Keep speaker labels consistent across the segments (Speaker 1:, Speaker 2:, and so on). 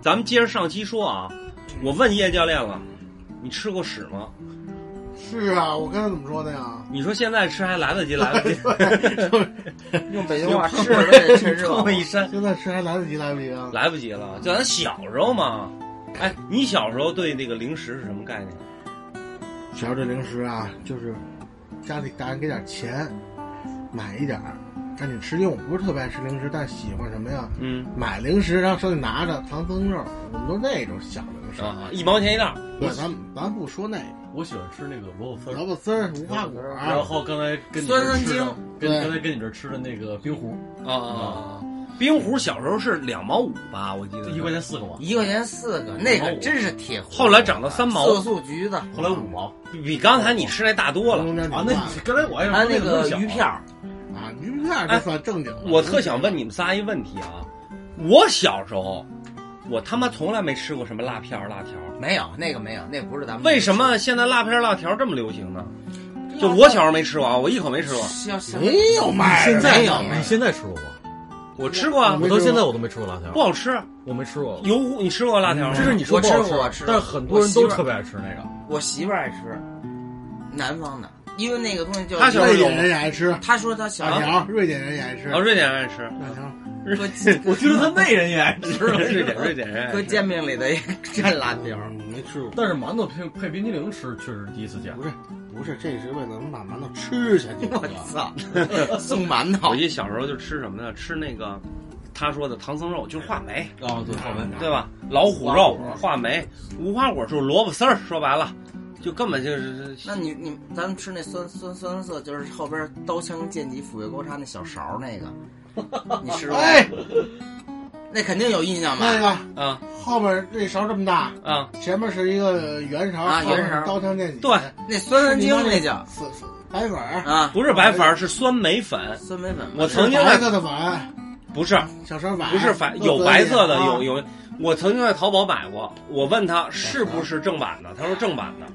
Speaker 1: 咱们接着上期说啊，我问叶教练了，你吃过屎吗？
Speaker 2: 是啊，我刚才怎么说的呀？
Speaker 1: 你说现在吃还来得及，来得及，
Speaker 3: 用北京话吃了 也吃热
Speaker 1: 这么一身
Speaker 2: 现在吃还来得及来不及啊？
Speaker 1: 来不及了。就咱小时候嘛， 哎，你小时候对那个零食是什么概念？
Speaker 2: 小时候这零食啊，就是家里大人给点钱，买一点儿赶紧吃。因为我不是特别爱吃零食，但喜欢什么呀？
Speaker 1: 嗯
Speaker 2: 买零食，然后手里拿着糖僧肉，我们都那种小零食。
Speaker 1: 啊，一毛钱一袋儿。
Speaker 2: 对，咱们咱不说那个
Speaker 4: 我喜欢吃那个萝卜丝
Speaker 2: 萝
Speaker 4: 儿，
Speaker 2: 卜丝儿、无花果儿，
Speaker 4: 然后刚才跟你这
Speaker 3: 酸
Speaker 4: 儿
Speaker 3: 酸
Speaker 4: 吃的，跟
Speaker 2: 对
Speaker 4: 刚才跟你这儿吃的那个冰壶，
Speaker 1: 啊啊！冰壶小时候是两毛五吧，我记得
Speaker 4: 一块。钱四个嘛，
Speaker 3: 一块钱四个，那个真是铁火。
Speaker 1: 后来涨到三毛
Speaker 3: 色素橘子，
Speaker 4: 后来五毛
Speaker 1: 比比刚才你吃那大多
Speaker 2: 火
Speaker 1: 了。
Speaker 2: 龙
Speaker 4: 啊。那你刚才我还
Speaker 3: 还有
Speaker 4: 想说
Speaker 3: 那
Speaker 4: 个
Speaker 3: 个
Speaker 4: 更小
Speaker 3: 鱼片儿，
Speaker 2: 啊，鱼片儿就算正经了。
Speaker 1: 我特想问你们仨一问题啊，我小时候，我他妈从来没吃过什么辣片儿、辣条儿，
Speaker 3: 没有那个没有，那不是咱们
Speaker 1: 为什么现在辣片儿、辣条儿这么流行呢？就我哎小时候没吃过啊，我一口没吃过，
Speaker 3: 小小
Speaker 2: 没有卖的，
Speaker 4: 现在
Speaker 3: 没有
Speaker 4: 你现在吃过吗？
Speaker 1: 我吃过啊
Speaker 2: 没吃
Speaker 4: 我，
Speaker 2: 过
Speaker 4: 到现在我都没吃过辣
Speaker 1: 不
Speaker 4: 条，
Speaker 1: 好吃。啊
Speaker 4: 我没吃过。
Speaker 1: 油糊，你吃过辣条吗
Speaker 4: 这？嗯是你说不好
Speaker 3: 我吃过我吃过
Speaker 4: 但是很多人都特别爱吃那个。
Speaker 3: 我媳妇儿爱吃，南方的，因为那个东西叫
Speaker 1: 她小时候啊
Speaker 2: 瑞
Speaker 1: 有
Speaker 2: 典人也爱吃
Speaker 3: 她说她小
Speaker 2: 辣
Speaker 3: 时候
Speaker 2: 条，瑞典人也爱吃
Speaker 1: 哦，瑞典人爱吃，
Speaker 2: 辣条。
Speaker 3: 搁
Speaker 4: 我觉得他那人也爱吃
Speaker 1: 瑞典瑞典人爱
Speaker 3: 搁
Speaker 1: 吃。
Speaker 3: 煎饼里的也 蘸辣条儿，
Speaker 2: 嗯，没吃过。
Speaker 4: 但是馒头配配冰激凌吃，确实第一次见
Speaker 2: 不。是不是，这是为了能把馒头吃下去。
Speaker 3: 我 操，送馒头
Speaker 1: 我。记得小时候就吃什么呢？吃那个他说的唐僧肉，就是话梅，
Speaker 4: 啊，对，好闻。
Speaker 1: 对吧？老虎肉、话梅、无花果就是萝卜丝儿，说白了，就根本就是
Speaker 3: 那你你咱们吃那酸酸酸涩，就是后边刀枪剑戟斧钺钩叉那小勺儿那个，你吃过？
Speaker 2: 哎，
Speaker 3: 那肯定有印象吧？
Speaker 2: 那个
Speaker 1: 啊
Speaker 2: 后面这勺这么大，
Speaker 1: 啊，
Speaker 2: 前面是一个圆勺，
Speaker 3: 啊
Speaker 2: 后面
Speaker 3: 圆勺
Speaker 2: 刀枪剑戟。
Speaker 1: 对
Speaker 3: 那酸酸精那叫
Speaker 2: 死死白粉儿，
Speaker 3: 啊，
Speaker 1: 不是白粉儿，是酸梅粉。
Speaker 3: 酸梅粉。
Speaker 1: 我曾经
Speaker 2: 白
Speaker 1: 在
Speaker 2: 色的粉，
Speaker 1: 不是
Speaker 2: 小勺白，
Speaker 1: 不是 白有白色
Speaker 3: 啊
Speaker 1: 的，有
Speaker 2: 有
Speaker 1: 有，我曾经在淘宝买过。我问他是不是正版的，他说正版的。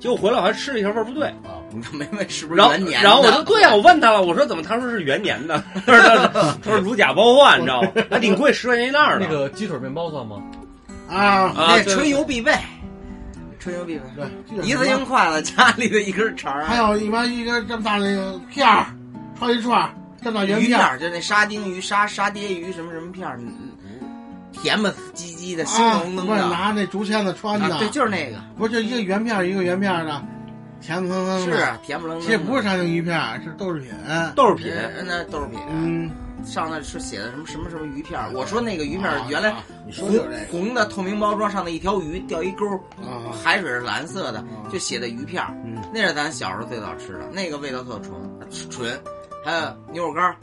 Speaker 1: 结果回来我还吃了一下，味儿不对。
Speaker 3: 你这没问是不是
Speaker 1: 然后
Speaker 3: 元年的？
Speaker 1: 然后我就对呀、啊我问他了，我说怎么？他说是元年的，他说 他说如假包换，你知道吗？还挺贵，十块钱一袋儿呢。
Speaker 4: 那个鸡腿面包算吗？
Speaker 2: 啊，
Speaker 1: 啊，
Speaker 3: 那
Speaker 1: 对
Speaker 3: 春游必备，春游必备。
Speaker 2: 对，
Speaker 3: 一次性筷子，家里的一根肠儿，啊
Speaker 2: 还有一般一根这么大那个片儿，穿一串儿，这么大圆
Speaker 3: 鱼片
Speaker 2: 儿，啊
Speaker 3: 儿，就那沙丁鱼、沙沙爹鱼什么什么片儿，甜吧唧唧的，香
Speaker 2: 啊，
Speaker 3: 浓浓
Speaker 2: 不是
Speaker 3: 的。
Speaker 2: 拿那竹签子穿的
Speaker 3: 啊，，对，就是那个，
Speaker 2: 不是就一个圆片儿一个圆片儿的，甜不腾腾的。
Speaker 3: 是啊甜不楞登
Speaker 2: 嗯这
Speaker 3: 的。
Speaker 2: 不是沙丁鱼片儿，是豆制品。
Speaker 1: 豆制品，
Speaker 3: 呃，那豆制品，
Speaker 2: 嗯，
Speaker 3: 上那是写的什么什么什么鱼片儿。我说那个鱼片儿原来
Speaker 2: 啊你说
Speaker 3: 红
Speaker 2: 就是这
Speaker 3: 红的透明包装上的一条鱼掉一钩儿，
Speaker 2: 个啊，
Speaker 3: 海水是蓝色的，就写的鱼片儿
Speaker 2: 嗯，啊
Speaker 3: 那是咱小时候最早吃的，那个味道特纯纯，还有牛肉干儿，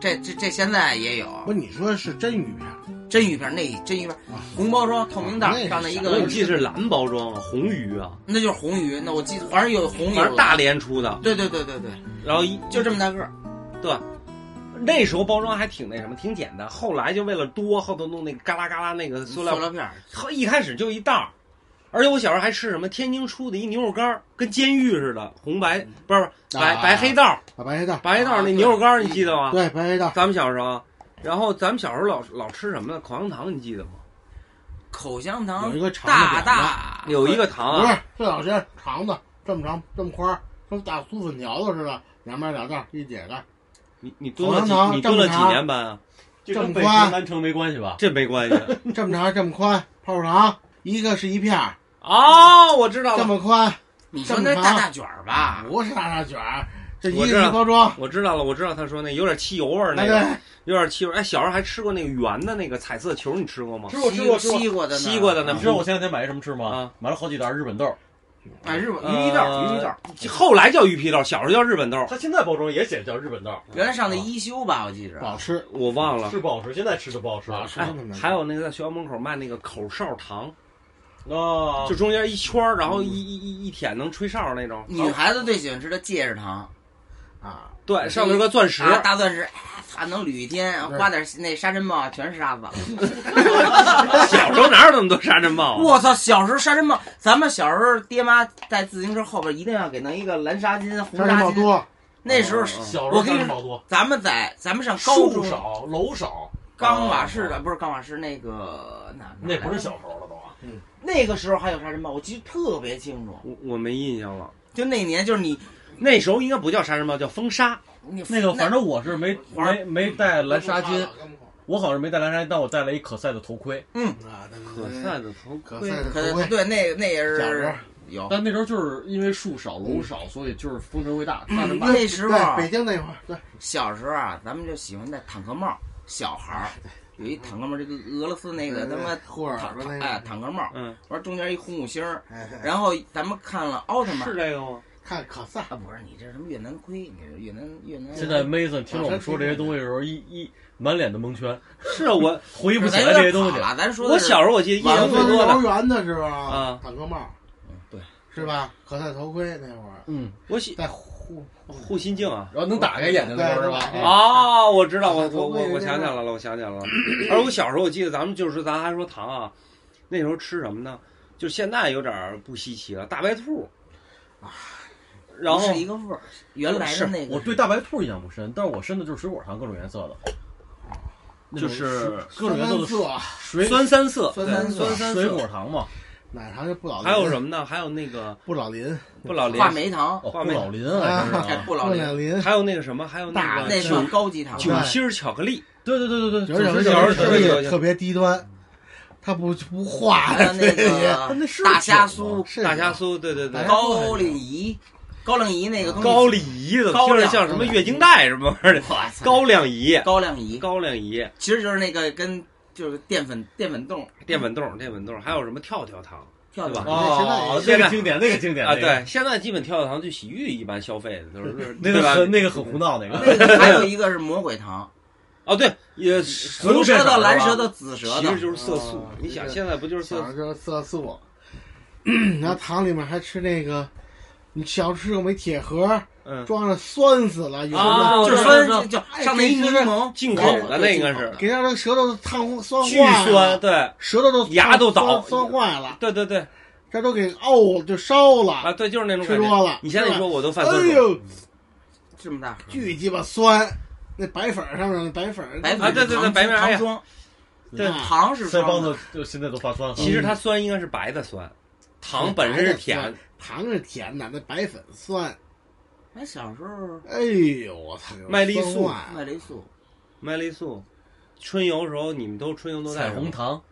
Speaker 3: 这这这现在也有
Speaker 2: 不，你说是真鱼片儿
Speaker 3: 真鱼片儿，那真鱼片儿
Speaker 2: 啊，
Speaker 3: 红包装透明袋
Speaker 2: 那
Speaker 3: 儿
Speaker 2: 是
Speaker 3: 上的一
Speaker 2: 啥
Speaker 1: 我
Speaker 3: 个
Speaker 1: 怎么，记得是蓝包装啊，红鱼啊，
Speaker 3: 那就是红鱼，那我记得反正有红鱼，
Speaker 1: 反正大，连出的，
Speaker 3: 对对对对对，
Speaker 1: 然后一
Speaker 3: 就这么大个儿，
Speaker 1: 对，那时候包装还挺那什么，挺简单。后来就为了多，后头弄那个嘎啦嘎啦那个塑
Speaker 3: 塑
Speaker 1: 料，
Speaker 3: 料片儿，
Speaker 1: 后一开始就一袋儿。而且我小时候还吃什么天津出的一牛肉干儿，跟监狱似的，红白不是不是白、
Speaker 2: 啊
Speaker 1: 白黑道儿，
Speaker 2: 啊，白黑道，
Speaker 1: 白黑道儿
Speaker 3: 啊
Speaker 1: 那
Speaker 3: 对
Speaker 1: 牛肉干儿，你记得吗？
Speaker 2: 对，白黑道，
Speaker 1: 咱们小时候，然后咱们小时候老老吃什么呢？口香糖，你记得吗？
Speaker 3: 口香糖
Speaker 2: 有一个长的
Speaker 3: 大
Speaker 2: 扁
Speaker 3: 大
Speaker 1: 有一个糖
Speaker 2: 不
Speaker 1: 啊，
Speaker 2: 是最早是长的，这么长，这么宽儿，跟大酥粉条子似的，两边两袋儿一解开，
Speaker 1: 你你蹲了
Speaker 2: 口香
Speaker 1: 几
Speaker 2: 糖
Speaker 1: 你蹲了
Speaker 2: 正
Speaker 1: 几
Speaker 2: 常
Speaker 1: 年班啊？
Speaker 4: 这
Speaker 2: 跟
Speaker 4: 跟
Speaker 2: 北
Speaker 4: 北
Speaker 2: 京
Speaker 4: 京
Speaker 2: 南
Speaker 4: 南城没关系吧？
Speaker 1: 这没关 系
Speaker 2: 这么长，这么宽，泡泡糖一个是一片儿，
Speaker 1: 哦，我知道
Speaker 2: 这
Speaker 1: 了，
Speaker 2: 么宽，
Speaker 3: 你说那大大卷儿吧，
Speaker 2: 不是大大卷儿，这
Speaker 1: 我
Speaker 2: 一
Speaker 1: 知
Speaker 2: 个
Speaker 1: 道
Speaker 2: 是包装，
Speaker 1: 我知道了，我知道他说那有点汽油味儿
Speaker 2: 啊
Speaker 1: 那个，
Speaker 2: 对，
Speaker 1: 有点汽油。哎，小时候还吃过那个圆的那个彩色球，你吃过吗？
Speaker 4: 吃过吃
Speaker 3: 西
Speaker 4: 过吃
Speaker 3: 西瓜哦
Speaker 4: 过。
Speaker 3: 的嗯
Speaker 1: 西瓜的呢
Speaker 4: 你知道我前两天买什么吃吗
Speaker 1: 啊？
Speaker 4: 买了好几袋日本豆，
Speaker 2: 哎
Speaker 3: 啊，日本
Speaker 1: 呃
Speaker 3: 鱼皮豆儿，鱼皮豆儿，
Speaker 1: 后来叫鱼皮豆，小时候叫日本豆，
Speaker 4: 它现在包装也写着叫日本豆，
Speaker 3: 原来上的一休吧，我记着
Speaker 2: 不。好吃，
Speaker 1: 我忘了。
Speaker 4: 是不好吃，现在吃的不好吃
Speaker 2: 不。
Speaker 5: 啊
Speaker 2: 好吃
Speaker 1: 哎，，还有那个在学校门口卖那个口哨糖，
Speaker 3: 哦
Speaker 4: 啊，
Speaker 5: 嗯
Speaker 1: 就中间一圈儿，然后一一一一舔能吹哨那种。哦
Speaker 3: 女孩子最喜欢吃的戒指糖，
Speaker 2: 啊，
Speaker 1: 对，上面有个钻石，
Speaker 3: 啊，大钻石，哎，它能捋一天，
Speaker 2: 对
Speaker 3: 花点那沙尘暴啊全是 沙子。
Speaker 1: 小时候哪有那么多沙尘暴啊？
Speaker 3: 我操！小时候沙尘暴，咱们小时候爹妈带自行车后边一定要给弄一个蓝纱巾、红
Speaker 2: 沙
Speaker 3: 纱
Speaker 2: 尘暴
Speaker 3: 巾。
Speaker 2: 多，
Speaker 3: 那时候
Speaker 1: 嗯
Speaker 4: 小时
Speaker 3: 我
Speaker 4: 候
Speaker 3: 跟你
Speaker 4: 干
Speaker 3: 说
Speaker 4: 好多，
Speaker 3: 咱们在咱们上高
Speaker 4: 树
Speaker 3: 中，
Speaker 4: 少楼少，
Speaker 3: 钢瓦式的，不是钢瓦式那个哪？哪
Speaker 4: 哦那不是
Speaker 3: 来着
Speaker 4: 小时候了都啊。
Speaker 3: 那个时候还有杀人猫，我记得特别清楚。
Speaker 1: 我我没印象了。
Speaker 3: 就那年，就是你
Speaker 1: 那时候应该不叫杀人猫，叫风沙。
Speaker 3: 你
Speaker 4: 那个反正我是没
Speaker 3: 玩
Speaker 4: 没没带蓝纱巾，
Speaker 2: 啊，
Speaker 4: 我好像是没带蓝纱巾，但我带了一可赛的头盔。
Speaker 1: 可赛的头
Speaker 2: 可
Speaker 1: 盔
Speaker 2: 赛的
Speaker 3: 可
Speaker 2: 头盔
Speaker 3: 对那那也
Speaker 2: 小时
Speaker 3: 是
Speaker 2: 候
Speaker 3: 有。
Speaker 5: 但那时候就是因为树少龙少，所以就是风尘会大。大人
Speaker 4: 嗯
Speaker 3: 那时候
Speaker 2: 对北京那会儿，对，
Speaker 3: 小时候啊，咱们就喜欢戴坦克帽，小孩儿有一坦克帽，这个俄罗斯那个他妈
Speaker 2: 霍尔
Speaker 3: 坦
Speaker 2: 的那
Speaker 3: 坦
Speaker 2: 个
Speaker 3: 哎坦克帽，
Speaker 1: 嗯，
Speaker 3: 完中间一红五星儿，
Speaker 2: 哎，哎
Speaker 3: 然后咱们看了奥特曼
Speaker 1: 是这个吗？
Speaker 2: 看可赛，
Speaker 3: 啊，不是你这是什么越南盔，你这越南越南
Speaker 4: 现在 Mason 听我们说这些东西的时候，一一满脸的蒙圈，
Speaker 1: 是啊我
Speaker 4: 回忆
Speaker 3: 不
Speaker 4: 不
Speaker 3: 是
Speaker 4: 起
Speaker 3: 咱
Speaker 4: 来
Speaker 3: 有点
Speaker 4: 这些东
Speaker 3: 跑
Speaker 4: 西。
Speaker 3: 了，咱说
Speaker 1: 我
Speaker 3: 的是
Speaker 1: 小时候我记得印象
Speaker 2: 晚
Speaker 1: 最
Speaker 2: 上
Speaker 1: 多
Speaker 2: 幼儿
Speaker 1: 的，
Speaker 2: 园的时候
Speaker 1: 啊
Speaker 2: 坦克帽，
Speaker 3: 对，
Speaker 2: 是吧？可赛头盔那会儿，
Speaker 4: 嗯，
Speaker 1: 我喜
Speaker 2: 戴护
Speaker 1: 护心镜啊。
Speaker 5: 然后能打开眼睛的时候是吧？
Speaker 2: 对
Speaker 5: 啊，
Speaker 1: 哦，我知道，我我
Speaker 2: 打头盔
Speaker 1: 我我
Speaker 2: 那
Speaker 1: 想起来了，我想起来了。而我小时候，我记得咱们就是咱还说糖啊，那时候吃什么呢？就现在有点儿不稀奇了，大白兔。然后
Speaker 3: 不是一个味儿，原来的那个
Speaker 4: 我对大白兔印象不深，但是我深的就是水果糖各种颜色的，那种
Speaker 1: 就是
Speaker 4: 各种颜色的
Speaker 2: 酸蓝
Speaker 4: 水
Speaker 1: 酸三色，
Speaker 2: 酸
Speaker 1: 对
Speaker 2: 三色
Speaker 1: 酸三
Speaker 4: 水
Speaker 1: 色
Speaker 4: 果糖嘛。
Speaker 2: 奶糖就不老林，
Speaker 1: 还有什么呢？还有那个
Speaker 2: 不老林，
Speaker 1: 不老林
Speaker 3: 话，梅糖，
Speaker 4: 哦，
Speaker 1: 话
Speaker 4: 布
Speaker 1: 梅
Speaker 4: 老林啊，真是
Speaker 3: 哎
Speaker 4: 啊！
Speaker 3: 不老
Speaker 2: 不
Speaker 3: 林，
Speaker 2: 老林，
Speaker 1: 还有那个什么，还有那
Speaker 3: 那
Speaker 1: 个
Speaker 3: 是
Speaker 1: 九
Speaker 3: 高级糖，
Speaker 1: 九星儿巧克力。
Speaker 4: 对对对对对，
Speaker 2: 九
Speaker 1: 九
Speaker 2: 十九
Speaker 4: 九十
Speaker 1: 十九
Speaker 4: 九
Speaker 1: 十
Speaker 4: 十
Speaker 1: 九
Speaker 2: 特别低端，它不不化
Speaker 3: 还有那
Speaker 4: 但啊那
Speaker 3: 个
Speaker 4: 是
Speaker 3: 大虾
Speaker 4: 酒吗
Speaker 3: 酥、
Speaker 2: 是
Speaker 1: 大虾酥，对对对
Speaker 2: 哎，
Speaker 3: 高丽饴、高粱饴那个东西，
Speaker 1: 高丽饴怎么听着像什么月经带什么玩意儿的？
Speaker 3: 我操
Speaker 1: 高粱饴，
Speaker 3: 高粱饴，
Speaker 1: 高粱饴，
Speaker 3: 其实就是那个跟就是淀粉淀粉冻
Speaker 1: 淀粉冻，淀粉冻，还有什么跳跳糖
Speaker 3: 跳
Speaker 1: 对吧
Speaker 3: 的。
Speaker 4: 哦，
Speaker 1: 现
Speaker 4: 那
Speaker 1: 在
Speaker 4: 个经典，那个经典
Speaker 1: 啊？
Speaker 4: 那个
Speaker 1: 对，现在基本跳跳糖去洗浴一般消费的都是对
Speaker 4: 那个
Speaker 1: 吧？
Speaker 4: 很那个很胡闹那个。
Speaker 3: 那个还有一个是魔鬼糖，
Speaker 1: 哦，对，也
Speaker 4: 所有
Speaker 3: 红
Speaker 1: 其
Speaker 4: 这
Speaker 3: 舌
Speaker 4: 种
Speaker 3: 头、
Speaker 4: 是吧
Speaker 3: 蓝舌头、紫舌头
Speaker 1: 实，就是色素
Speaker 2: 啊。
Speaker 1: 你想现在不就是色
Speaker 2: 小
Speaker 1: 素？
Speaker 2: 时候色素，然后糖里面还吃那个，你小时候有没铁盒
Speaker 1: 嗯，
Speaker 2: 装着酸死了，有
Speaker 1: 啊
Speaker 2: 的
Speaker 1: 我知
Speaker 3: 就是酸
Speaker 1: 道
Speaker 3: 就
Speaker 2: 哎
Speaker 3: 上面一
Speaker 2: 这
Speaker 3: 柠
Speaker 2: 是
Speaker 3: 檬，
Speaker 1: 进口的那个是
Speaker 2: 给它的舌头都烫红酸
Speaker 1: 巨
Speaker 2: 坏
Speaker 1: 酸，
Speaker 2: 了，
Speaker 1: 对
Speaker 2: 舌头都
Speaker 1: 牙都倒
Speaker 2: 酸酸坏了，
Speaker 1: 对对对
Speaker 2: 这都给沤就烧
Speaker 1: 啊，
Speaker 2: 了，
Speaker 1: 对，就是那种
Speaker 2: 吃
Speaker 1: 感
Speaker 2: 多
Speaker 1: 觉。
Speaker 2: 了。
Speaker 1: 你现在一
Speaker 2: 是吧
Speaker 1: 说，我都犯
Speaker 2: 哎
Speaker 1: 酸手
Speaker 2: 呦，
Speaker 3: 这么大盒
Speaker 2: 巨鸡巴酸，那白粉儿上面那白粉儿，
Speaker 3: 白
Speaker 1: 啊
Speaker 3: 粉
Speaker 1: 对对对
Speaker 3: 糖
Speaker 1: 白面哎
Speaker 3: 糖
Speaker 1: 呀
Speaker 3: 霜，
Speaker 2: 对
Speaker 3: 糖是
Speaker 4: 腮帮
Speaker 3: 霜的
Speaker 4: 子就现在都发酸了。
Speaker 1: 其实它酸应该是白的酸，糖本身是甜，
Speaker 2: 糖是甜的，那白粉酸。
Speaker 3: 哎，小时候
Speaker 2: 哎呦，我操！给我
Speaker 1: 麦丽素
Speaker 2: 酸坏了
Speaker 3: 麦丽素，
Speaker 1: 麦丽素。春游时候你们都春游都带
Speaker 4: 彩
Speaker 1: 什么
Speaker 4: 虹糖